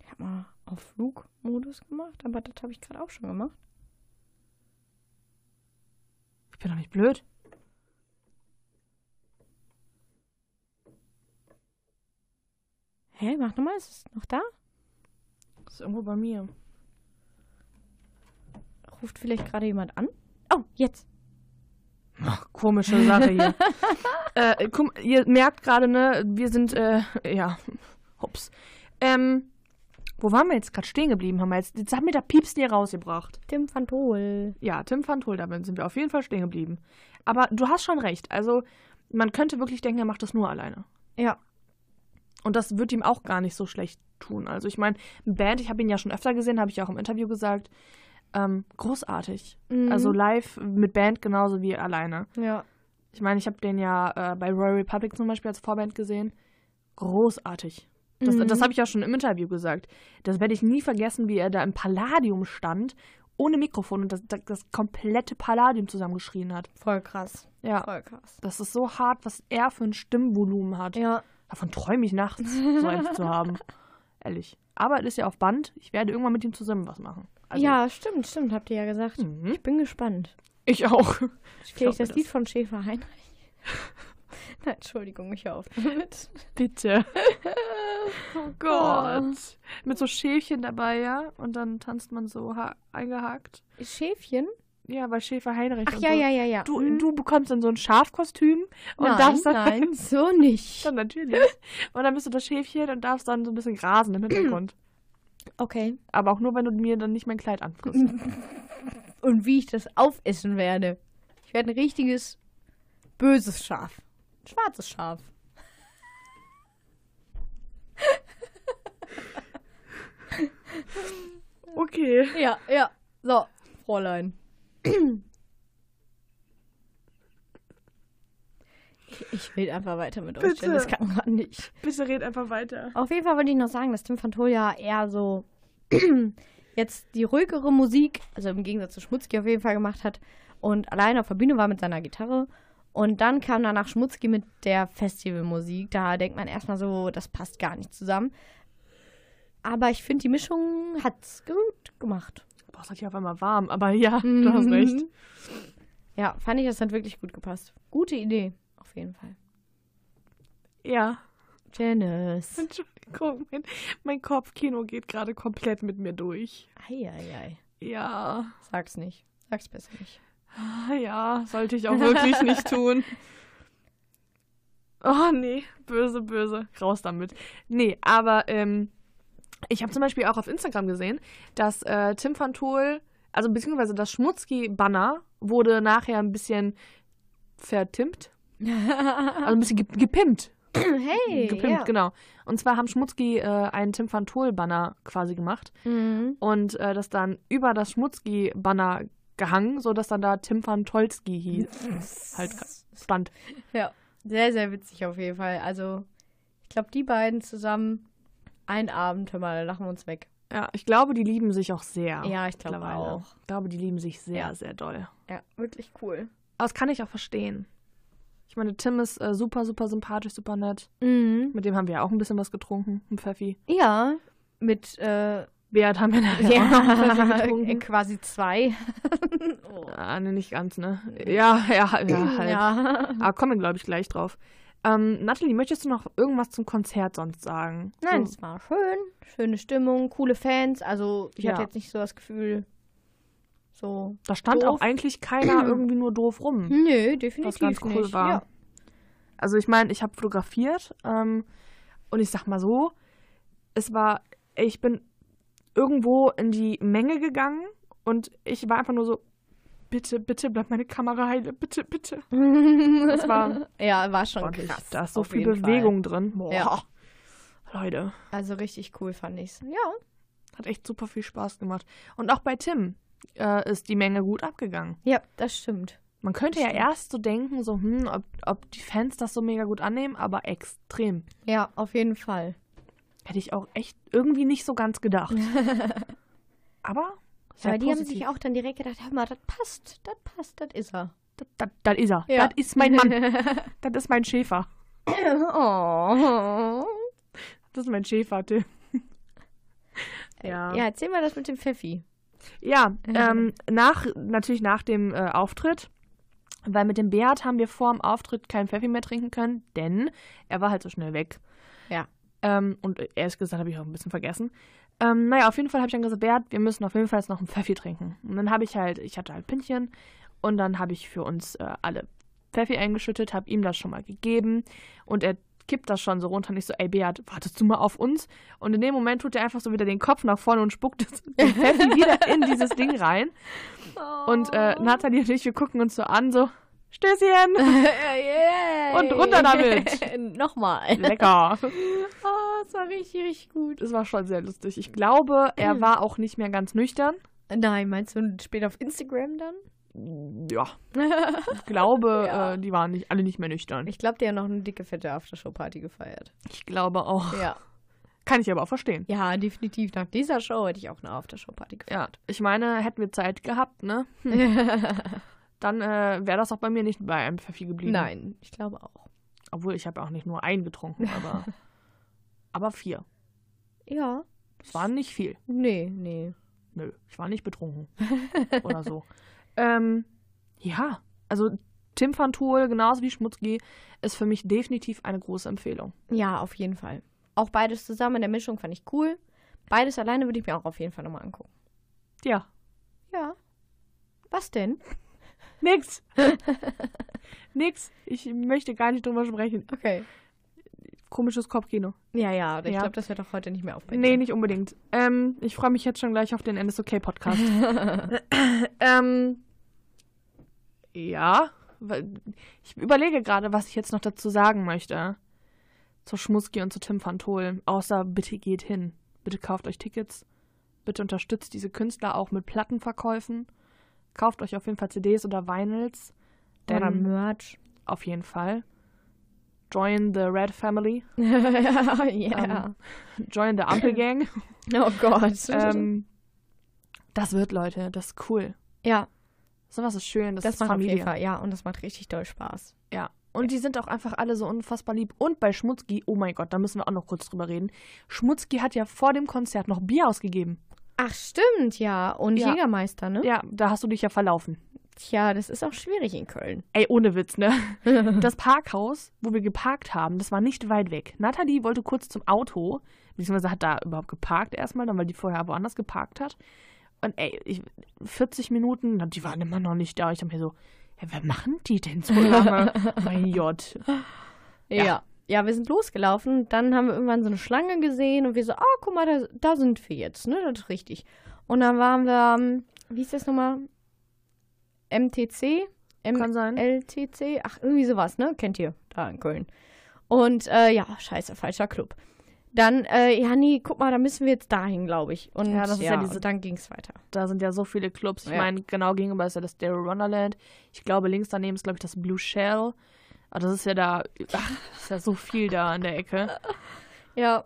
[SPEAKER 2] Ich hab mal auf Flugmodus gemacht, aber das habe ich gerade auch schon gemacht.
[SPEAKER 3] Ich bin doch nicht blöd.
[SPEAKER 2] Hä, mach nochmal, ist es noch da?
[SPEAKER 3] Das ist irgendwo bei mir.
[SPEAKER 2] Ruft vielleicht gerade jemand an? Oh, jetzt.
[SPEAKER 3] Ach, komische Sache hier. äh, komm, ihr merkt gerade, ne, wir sind, äh, ja, hops. Ähm, wo waren wir jetzt gerade stehen geblieben? Haben wir jetzt, jetzt haben wir da Piepsen hier rausgebracht.
[SPEAKER 2] Tim Fantol.
[SPEAKER 3] Ja, Tim van Tol, da sind wir auf jeden Fall stehen geblieben. Aber du hast schon recht. Also, man könnte wirklich denken, er macht das nur alleine.
[SPEAKER 2] Ja.
[SPEAKER 3] Und das wird ihm auch gar nicht so schlecht tun. Also, ich meine, Band, ich habe ihn ja schon öfter gesehen, habe ich ja auch im Interview gesagt. Ähm, großartig. Also live mit Band genauso wie alleine.
[SPEAKER 2] Mhm, Ja.
[SPEAKER 3] Ich meine, ich habe den ja äh, bei Royal Republic zum Beispiel als Vorband gesehen. Großartig. Das,
[SPEAKER 2] Mhm.
[SPEAKER 3] das habe ich ja schon im Interview gesagt. Das werde ich nie vergessen, wie er da im Palladium stand, ohne Mikrofon und das, das, das komplette Palladium zusammengeschrien hat.
[SPEAKER 2] Voll krass.
[SPEAKER 3] Ja.
[SPEAKER 2] Voll krass.
[SPEAKER 3] Das ist so hart, was er für ein Stimmvolumen hat.
[SPEAKER 2] Ja.
[SPEAKER 3] Davon träume ich nachts, so eins zu haben. Ehrlich. Aber es ist ja auf Band. Ich werde irgendwann mit ihm zusammen was machen. Also-
[SPEAKER 2] ja, stimmt, stimmt, habt ihr ja gesagt.
[SPEAKER 3] Mhm.
[SPEAKER 2] Ich bin gespannt.
[SPEAKER 3] Ich auch.
[SPEAKER 2] Spiele Hm. ich
[SPEAKER 3] glaub mir
[SPEAKER 2] das Lied von Schäfer Heinrich? Nein, Entschuldigung, ich höre auf damit.
[SPEAKER 3] Bitte. Oh Gott. Mit so Schäfchen dabei, ja? Und dann tanzt man so ha- eingehakt.
[SPEAKER 2] Schäfchen?
[SPEAKER 3] Ja, bei Schäfer Heinrich.
[SPEAKER 2] Ach
[SPEAKER 3] und
[SPEAKER 2] ja,
[SPEAKER 3] so.
[SPEAKER 2] ja, ja, ja.
[SPEAKER 3] Du,
[SPEAKER 2] Hm.
[SPEAKER 3] du bekommst dann so ein Schafkostüm und
[SPEAKER 2] nein,
[SPEAKER 3] darfst dann.
[SPEAKER 2] nein, so nicht.
[SPEAKER 3] Dann natürlich. Und dann bist du das Schäfchen und darfst dann so ein bisschen grasen im Hintergrund.
[SPEAKER 2] Okay.
[SPEAKER 3] Aber auch nur, wenn du mir dann nicht mein Kleid anfrisst.
[SPEAKER 2] Und wie ich das aufessen werde. Ich werde ein richtiges böses Schaf. Schwarzes Schaf.
[SPEAKER 3] Okay.
[SPEAKER 2] Ja, ja. So, Fräulein. Ich- Ich rede einfach weiter mit euch, denn
[SPEAKER 3] Bitte.
[SPEAKER 2] das kann man nicht.
[SPEAKER 3] Bitte red einfach weiter.
[SPEAKER 2] Auf jeden Fall wollte ich noch sagen, dass Tim van Tol ja eher so jetzt die ruhigere Musik, also im Gegensatz zu Schmutzki auf jeden Fall gemacht hat und alleine auf der Bühne war mit seiner Gitarre. Und dann kam danach Schmutzki mit der Festivalmusik. Da denkt man erstmal so, das passt gar nicht zusammen. Aber ich finde, die Mischung hat's gut gemacht.
[SPEAKER 3] Boah, es hat hier auf einmal warm, aber ja,
[SPEAKER 2] Mhm.
[SPEAKER 3] du hast recht.
[SPEAKER 2] Ja, fand ich, das hat wirklich gut gepasst. Gute Idee, auf jeden Fall.
[SPEAKER 3] Ja.
[SPEAKER 2] Janice.
[SPEAKER 3] Entschuldigung, mein, mein Kopfkino geht gerade komplett mit mir durch.
[SPEAKER 2] Eieiei.
[SPEAKER 3] Ja,
[SPEAKER 2] Sag's nicht. Sag's besser nicht.
[SPEAKER 3] ja, sollte ich auch wirklich nicht tun. Oh nee, böse, böse. Raus damit. Nee, aber ähm, ich habe zum Beispiel auch auf Instagram gesehen, dass äh, Tim van Tol, also beziehungsweise das Schmutzki-Banner wurde nachher ein bisschen vertimmt. Also ein bisschen ge gepimpt.
[SPEAKER 2] hey.
[SPEAKER 3] Gepimpt, genau. Und zwar haben Schmutzki äh, einen Tim van Tol-Banner quasi gemacht.
[SPEAKER 2] Mhm.
[SPEAKER 3] und äh, das dann über das Schmutzki-Banner gehangen, sodass dann da Tim van Tolski hieß. halt stand.
[SPEAKER 2] Ja, sehr, sehr witzig auf jeden Fall. Also, ich glaube, die beiden zusammen, ein Abend, hör mal, da lachen wir uns weg.
[SPEAKER 3] Ja, ich glaube, die lieben sich auch sehr.
[SPEAKER 2] Ja, ich glaube
[SPEAKER 3] mittlerweile.
[SPEAKER 2] auch.
[SPEAKER 3] Ich glaube, die lieben sich sehr, sehr doll.
[SPEAKER 2] Ja, wirklich cool.
[SPEAKER 3] Aber das kann ich auch verstehen. Ich meine, Tim ist äh, super, super sympathisch, super nett.
[SPEAKER 2] Mhm.
[SPEAKER 3] Mit dem haben wir ja auch ein bisschen was getrunken, ein Pfeffi.
[SPEAKER 2] Ja, mit, äh,
[SPEAKER 3] Beat haben wir nachher auch noch einen Pfeffi
[SPEAKER 2] ja,
[SPEAKER 3] getrunken.
[SPEAKER 2] quasi zwei. oh.
[SPEAKER 3] Ah, nee, nicht ganz, ne? Ja, ja, ja, halt.
[SPEAKER 2] Ja.
[SPEAKER 3] Aber kommen wir, glaube ich, gleich drauf. Ähm, Nathalie, möchtest du noch irgendwas zum Konzert sonst sagen?
[SPEAKER 2] Nein,
[SPEAKER 3] So,
[SPEAKER 2] es war schön. Schöne Stimmung, coole Fans. Also, ich
[SPEAKER 3] Ja.
[SPEAKER 2] hatte jetzt nicht so das Gefühl, so.
[SPEAKER 3] da stand
[SPEAKER 2] doof.
[SPEAKER 3] auch eigentlich keiner irgendwie nur doof rum,
[SPEAKER 2] Nö, definitiv
[SPEAKER 3] Hm. was ganz cool
[SPEAKER 2] nicht.
[SPEAKER 3] war.
[SPEAKER 2] Ja.
[SPEAKER 3] Also ich meine, ich habe fotografiert ähm, und ich sag mal so, es war, ich bin irgendwo in die Menge gegangen und ich war einfach nur so, bitte, bitte bleib meine Kamera heile, bitte, bitte. Das war
[SPEAKER 2] ja, war schon
[SPEAKER 3] ordentlich.
[SPEAKER 2] krass.
[SPEAKER 3] Da ist so
[SPEAKER 2] auf
[SPEAKER 3] viel
[SPEAKER 2] jeden Fall.
[SPEAKER 3] Bewegung drin. Boah.
[SPEAKER 2] Ja.
[SPEAKER 3] Leute.
[SPEAKER 2] Also richtig cool fand ich's. Ja.
[SPEAKER 3] Hat echt super viel Spaß gemacht. Und auch bei Tim äh, ist die Menge gut abgegangen.
[SPEAKER 2] Ja, das stimmt.
[SPEAKER 3] Man könnte ja erst so denken, so, hm, ob, ob die Fans das so mega gut annehmen, aber extrem.
[SPEAKER 2] Ja, auf jeden Fall.
[SPEAKER 3] Hätte ich auch echt irgendwie nicht so ganz gedacht. aber sehr
[SPEAKER 2] Aber die haben
[SPEAKER 3] positiv.
[SPEAKER 2] sich auch dann direkt gedacht, hör mal, das passt, das passt, das ist er.
[SPEAKER 3] Das, das, das ist er.
[SPEAKER 2] Ja.
[SPEAKER 3] Das ist mein Mann. das ist mein Schäfer.
[SPEAKER 2] oh.
[SPEAKER 3] Das ist mein Schäfer, Tim. Ja.
[SPEAKER 2] Ja, erzähl mal das mit dem Pfeffi.
[SPEAKER 3] Ja, ähm, nach, natürlich nach dem äh, Auftritt, weil mit dem Beat haben wir vor dem Auftritt keinen Pfeffi mehr trinken können, denn er war halt so schnell weg.
[SPEAKER 2] Ja.
[SPEAKER 3] Ähm, und äh, ehrlich gesagt habe ich auch ein bisschen vergessen. Ähm, naja, auf jeden Fall habe ich dann gesagt, Beat, wir müssen auf jeden Fall jetzt noch einen Pfeffi trinken. Und dann habe ich halt, ich hatte halt Pinchen und dann habe ich für uns äh, alle Pfeffi eingeschüttet, habe ihm das schon mal gegeben und er kippt das schon so runter und ich so, ey Beat, wartest du mal auf uns? Und in dem Moment tut er einfach so wieder den Kopf nach vorne und spuckt das den Pfeffi wieder in dieses Ding rein. Und äh,
[SPEAKER 2] Oh.
[SPEAKER 3] Nathalie und ich, wir gucken uns so an, so, Stößchen, Und runter damit.
[SPEAKER 2] Nochmal.
[SPEAKER 3] lecker.
[SPEAKER 2] Oh, das war richtig, richtig gut. Hm.
[SPEAKER 3] Das war schon sehr lustig. Ich glaube, er war auch nicht mehr ganz nüchtern.
[SPEAKER 2] Nein, meinst du später auf Instagram dann?
[SPEAKER 3] Ja. Ich glaube, äh, die waren nicht, alle nicht mehr nüchtern.
[SPEAKER 2] Ich glaube, die haben noch eine dicke, fette Aftershow-Party gefeiert.
[SPEAKER 3] Ich glaube auch.
[SPEAKER 2] Ja.
[SPEAKER 3] Kann ich aber auch verstehen.
[SPEAKER 2] Ja, definitiv. Nach dieser Show hätte ich auch eine Aftershow-Party gefeiert.
[SPEAKER 3] Ja, ich meine, hätten wir Zeit gehabt, ne? Hm. Dann äh, wäre das auch bei mir nicht bei einem Pfeffi geblieben.
[SPEAKER 2] Nein, ich glaube auch.
[SPEAKER 3] Obwohl, ich habe auch nicht nur einen getrunken, aber, aber vier.
[SPEAKER 2] Ja.
[SPEAKER 3] Es waren nicht viel.
[SPEAKER 2] Nee, nee.
[SPEAKER 3] Nö, ich war nicht betrunken. Oder so. Ähm, ja, also Tim van Tool, genauso wie Schmutzki, ist für mich definitiv eine große Empfehlung.
[SPEAKER 2] Ja, auf jeden Fall. Auch beides zusammen in der Mischung fand ich cool. Beides alleine würde ich mir auch auf jeden Fall nochmal angucken.
[SPEAKER 3] Ja,
[SPEAKER 2] Ja. Was denn?
[SPEAKER 3] Nix. Nix. Ich möchte gar nicht drüber sprechen.
[SPEAKER 2] Okay.
[SPEAKER 3] Komisches Kopfkino.
[SPEAKER 2] Ja, ja, ich
[SPEAKER 3] Ja.
[SPEAKER 2] glaube, das wird doch heute nicht mehr aufbrechen.
[SPEAKER 3] Nee, nicht unbedingt. Ähm, ich freue mich jetzt schon gleich auf den NSOK Podcast. ähm, ja, wa- ich überlege gerade, was ich jetzt noch dazu sagen möchte. Zu Schmuski und zu Tim van Tol. Außer bitte geht hin. Bitte kauft euch Tickets. Bitte unterstützt diese Künstler auch mit Plattenverkäufen. Kauft euch auf jeden Fall CDs oder Vinyls.
[SPEAKER 2] Oder
[SPEAKER 3] Denn
[SPEAKER 2] Merch.
[SPEAKER 3] auf jeden Fall. Join the Red Family.
[SPEAKER 2] ja. ja.
[SPEAKER 3] Join the Ampel Gang.
[SPEAKER 2] Ähm. oh Gott.
[SPEAKER 3] ähm, das wird, Leute. Das ist cool.
[SPEAKER 2] ja,
[SPEAKER 3] Sowas ist schön. Das,
[SPEAKER 2] das,
[SPEAKER 3] ist
[SPEAKER 2] macht auf jeden
[SPEAKER 3] Familie.
[SPEAKER 2] Fall. Ja, und das macht richtig doll Spaß.
[SPEAKER 3] Ja. Und die sind auch einfach alle so unfassbar lieb. Und bei Schmutzki, oh mein Gott, da müssen wir auch noch kurz drüber reden. Schmutzki hat ja vor dem Konzert noch Bier ausgegeben.
[SPEAKER 2] Ach, stimmt, ja. Und
[SPEAKER 3] Ja.
[SPEAKER 2] Jägermeister, ne?
[SPEAKER 3] Ja, da hast du dich ja verlaufen.
[SPEAKER 2] Tja, das ist auch schwierig in Köln.
[SPEAKER 3] Ey, ohne Witz, ne? Das Parkhaus, wo wir geparkt haben, das war nicht weit weg. Nathalie wollte kurz zum Auto, beziehungsweise hat da überhaupt geparkt erstmal, dann weil die vorher woanders geparkt hat. Und ey, ich, 40 Minuten, na, die waren immer noch nicht da. Ich dachte mir so, hey, wer machen die denn so lange? mein Gott.
[SPEAKER 2] Ja. ja. wir sind losgelaufen, dann haben wir irgendwann so eine Schlange gesehen und wir so, oh, guck mal, da, da sind wir jetzt, ne? Das ist richtig. Und dann waren wir, ähm, wie hieß das nochmal? MTC? M
[SPEAKER 3] Kann sein.
[SPEAKER 2] LTC? Ach, irgendwie sowas, ne? Kennt ihr, da in Köln. Und äh, ja, scheiße, falscher Club. Dann, äh, ja, nee, guck mal, da müssen wir jetzt dahin, glaube ich. Und
[SPEAKER 3] Ja, das ist ja diese-
[SPEAKER 2] und dann ging's weiter.
[SPEAKER 3] Da sind ja so viele Clubs. Ich
[SPEAKER 2] Ja.
[SPEAKER 3] meine, genau gegenüber ist ja das Daryl Wonderland. Ich glaube, links daneben ist, glaube ich, das Blue Shell. Aber das ist ja da, ach, ist ja so viel da an der Ecke.
[SPEAKER 2] Ja,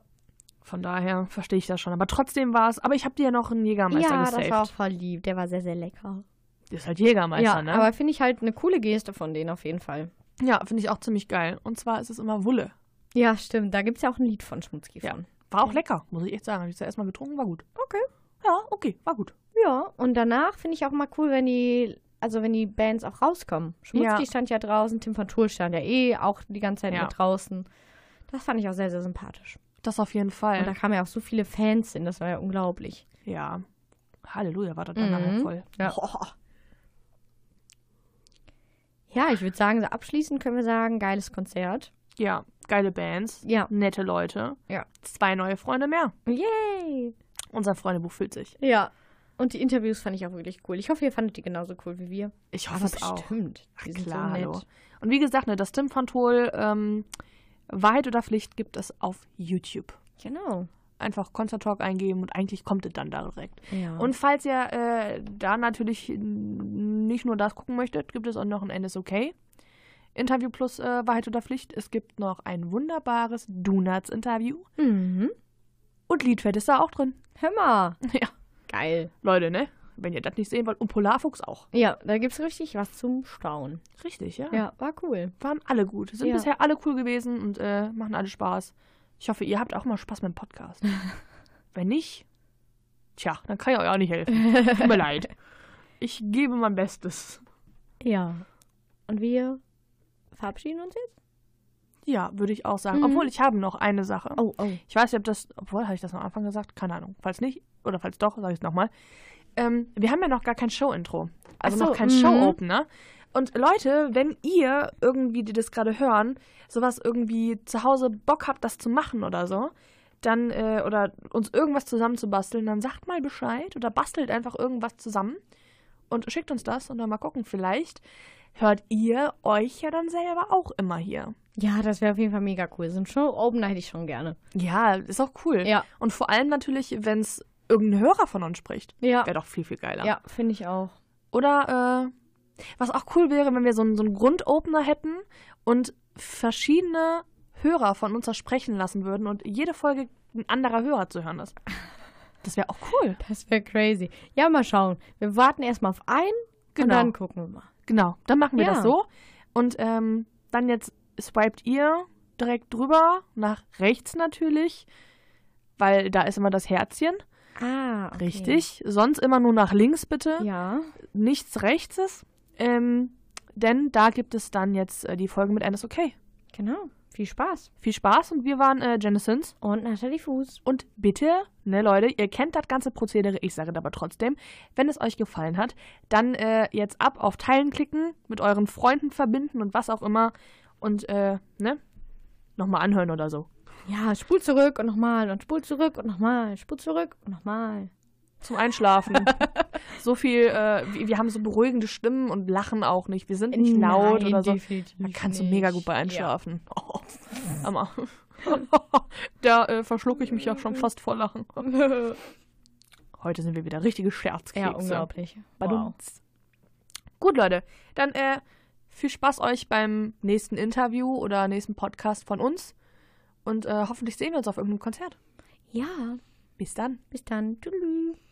[SPEAKER 3] Von daher verstehe ich das schon. Aber trotzdem war es. Aber ich habe dir ja noch einen Jägermeister
[SPEAKER 2] ja
[SPEAKER 3] gesaved.
[SPEAKER 2] das war auch verliebt. Der war sehr, sehr lecker.
[SPEAKER 3] Das ist halt Jägermeister,
[SPEAKER 2] ja,
[SPEAKER 3] ne?
[SPEAKER 2] aber finde ich halt eine coole Geste von denen auf jeden Fall.
[SPEAKER 3] ja, finde ich auch ziemlich geil. Und zwar ist es immer Wulle.
[SPEAKER 2] Ja, stimmt. Da gibt es ja auch ein Lied von Schmutzki
[SPEAKER 3] Ja.
[SPEAKER 2] von.
[SPEAKER 3] War auch lecker, muss ich echt sagen. Habe ich zuerst mal getrunken, war gut.
[SPEAKER 2] Okay.
[SPEAKER 3] Ja, okay, war gut.
[SPEAKER 2] Ja. und danach finde ich auch mal cool, wenn die, also wenn die Bands auch rauskommen. Schmutzki
[SPEAKER 3] Ja.
[SPEAKER 2] stand ja draußen, Tim van Tool stand ja eh auch die ganze Zeit
[SPEAKER 3] Ja.
[SPEAKER 2] mit draußen. Das fand ich auch sehr, sehr sympathisch.
[SPEAKER 3] Das auf jeden
[SPEAKER 2] Und da
[SPEAKER 3] Fall.
[SPEAKER 2] kamen ja auch so viele Fans hin, das war ja unglaublich.
[SPEAKER 3] Ja. Halleluja, war das dann nachher voll.
[SPEAKER 2] Ja.
[SPEAKER 3] Oh,
[SPEAKER 2] Ja, ich würde sagen, so abschließend können wir sagen, geiles Konzert.
[SPEAKER 3] ja, geile Bands.
[SPEAKER 2] Ja.
[SPEAKER 3] Nette Leute.
[SPEAKER 2] Ja.
[SPEAKER 3] Zwei neue Freunde mehr.
[SPEAKER 2] Yay!
[SPEAKER 3] Unser Freundebuch füllt sich.
[SPEAKER 2] Ja. Und die Interviews fand ich auch wirklich cool. Ich hoffe, ihr fandet die genauso cool wie wir.
[SPEAKER 3] Ich hoffe es auch.
[SPEAKER 2] Bestimmt.
[SPEAKER 3] Ach,
[SPEAKER 2] Die sind
[SPEAKER 3] klar,
[SPEAKER 2] so
[SPEAKER 3] hallo.
[SPEAKER 2] nett.
[SPEAKER 3] Und wie gesagt, ne, das Tim van Tol, ähm, Wahrheit oder Pflicht gibt es auf YouTube.
[SPEAKER 2] Genau.
[SPEAKER 3] Einfach Concert Talk eingeben und eigentlich kommt es dann da direkt.
[SPEAKER 2] Ja.
[SPEAKER 3] Und falls ihr äh, da natürlich n- nicht nur das gucken möchtet, gibt es auch noch ein NSOK. Interview plus äh, Wahrheit oder Pflicht. Es gibt noch ein wunderbares Donuts-Interview.
[SPEAKER 2] mhm.
[SPEAKER 3] Und Liedfeld ist da auch drin.
[SPEAKER 2] Hör mal.
[SPEAKER 3] Ja.
[SPEAKER 2] Geil.
[SPEAKER 3] Leute, ne? Wenn ihr das nicht sehen wollt. Und Polarfuchs auch.
[SPEAKER 2] Ja, da gibt's richtig was zum Staunen.
[SPEAKER 3] Richtig, ja.
[SPEAKER 2] Ja, war cool.
[SPEAKER 3] Waren alle gut. Sind
[SPEAKER 2] Ja.
[SPEAKER 3] bisher alle cool gewesen und äh, machen alle Spaß. Ich hoffe, ihr habt auch mal Spaß mit dem Podcast. Wenn nicht, tja, dann kann ich euch auch nicht helfen. Tut mir leid. Ich gebe mein Bestes.
[SPEAKER 2] Ja. Und wir verabschieden uns jetzt?
[SPEAKER 3] Ja, würde ich auch sagen.
[SPEAKER 2] Mhm.
[SPEAKER 3] Obwohl, ich habe noch eine Sache.
[SPEAKER 2] Oh, oh.
[SPEAKER 3] Ich weiß nicht, ob das. Obwohl, habe ich das am Anfang gesagt? Keine Ahnung. Falls nicht, oder falls doch, sage ich es nochmal. Ähm, wir haben ja noch gar kein Show-Intro. Also
[SPEAKER 2] Ach so,
[SPEAKER 3] noch kein
[SPEAKER 2] mhm.
[SPEAKER 3] Show-Opener. Und Leute, wenn ihr irgendwie, die das gerade hören, sowas irgendwie zu Hause Bock habt, das zu machen oder so, dann, äh, oder uns irgendwas zusammenzubasteln, dann sagt mal Bescheid oder bastelt einfach irgendwas zusammen und schickt uns das und dann mal gucken. Vielleicht hört ihr euch ja dann selber auch immer hier.
[SPEAKER 2] Ja, das wäre auf jeden Fall mega cool. So ein Show-Opener hätte ich schon gerne.
[SPEAKER 3] Ja, ist auch cool.
[SPEAKER 2] Ja.
[SPEAKER 3] Und vor allem natürlich, wenn es irgendein Hörer von uns spricht.
[SPEAKER 2] Ja.
[SPEAKER 3] Wäre doch viel, viel geiler.
[SPEAKER 2] Ja, finde ich auch.
[SPEAKER 3] Oder äh, was auch cool wäre, wenn wir so einen, so einen Grundopener hätten und verschiedene Hörer von uns das sprechen lassen würden und jede Folge ein anderer Hörer zu hören ist. Das wäre auch cool.
[SPEAKER 2] Das wäre crazy. Ja, mal schauen. Wir warten erstmal auf einen und
[SPEAKER 3] Genau.
[SPEAKER 2] dann gucken wir mal.
[SPEAKER 3] Genau, dann machen wir
[SPEAKER 2] Ja.
[SPEAKER 3] das so. Und ähm, dann jetzt swiped ihr direkt drüber, nach rechts natürlich, weil da ist immer das Herzchen.
[SPEAKER 2] Ah, okay.
[SPEAKER 3] Richtig. Sonst immer nur nach links bitte.
[SPEAKER 2] Ja.
[SPEAKER 3] nichts Rechtes. Ähm, denn da gibt es dann jetzt äh, die Folge mit Eines Okay.
[SPEAKER 2] Genau. Viel Spaß.
[SPEAKER 3] Viel Spaß und wir waren äh, Jennisons.
[SPEAKER 2] Und Natalie Fuß.
[SPEAKER 3] Und bitte, ne Leute, ihr kennt das ganze Prozedere, ich sage das aber trotzdem, wenn es euch gefallen hat, dann äh, jetzt ab auf Teilen klicken, mit euren Freunden verbinden und was auch immer und äh, ne, nochmal anhören oder so.
[SPEAKER 2] Ja, spul zurück und nochmal und spul zurück und nochmal, spul zurück und nochmal.
[SPEAKER 3] Zum Einschlafen. so viel, äh, wir, wir haben so beruhigende Stimmen und lachen auch nicht. Wir sind nicht laut
[SPEAKER 2] Nein,
[SPEAKER 3] oder so.
[SPEAKER 2] definitiv
[SPEAKER 3] Da kannst du mega gut bei
[SPEAKER 2] nicht.
[SPEAKER 3] einschlafen. Oh, Hammer. da äh, verschlucke ich mich ja schon fast vor Lachen. Heute sind wir wieder richtige Scherzkekse.
[SPEAKER 2] Ja, unglaublich. Wow.
[SPEAKER 3] Badumts. Gut, Leute, dann äh, viel Spaß euch beim nächsten Interview oder nächsten Podcast von uns. Und äh, hoffentlich sehen wir uns auf irgendeinem Konzert.
[SPEAKER 2] Ja,
[SPEAKER 3] Bis dann.
[SPEAKER 2] bis dann. Tschüss.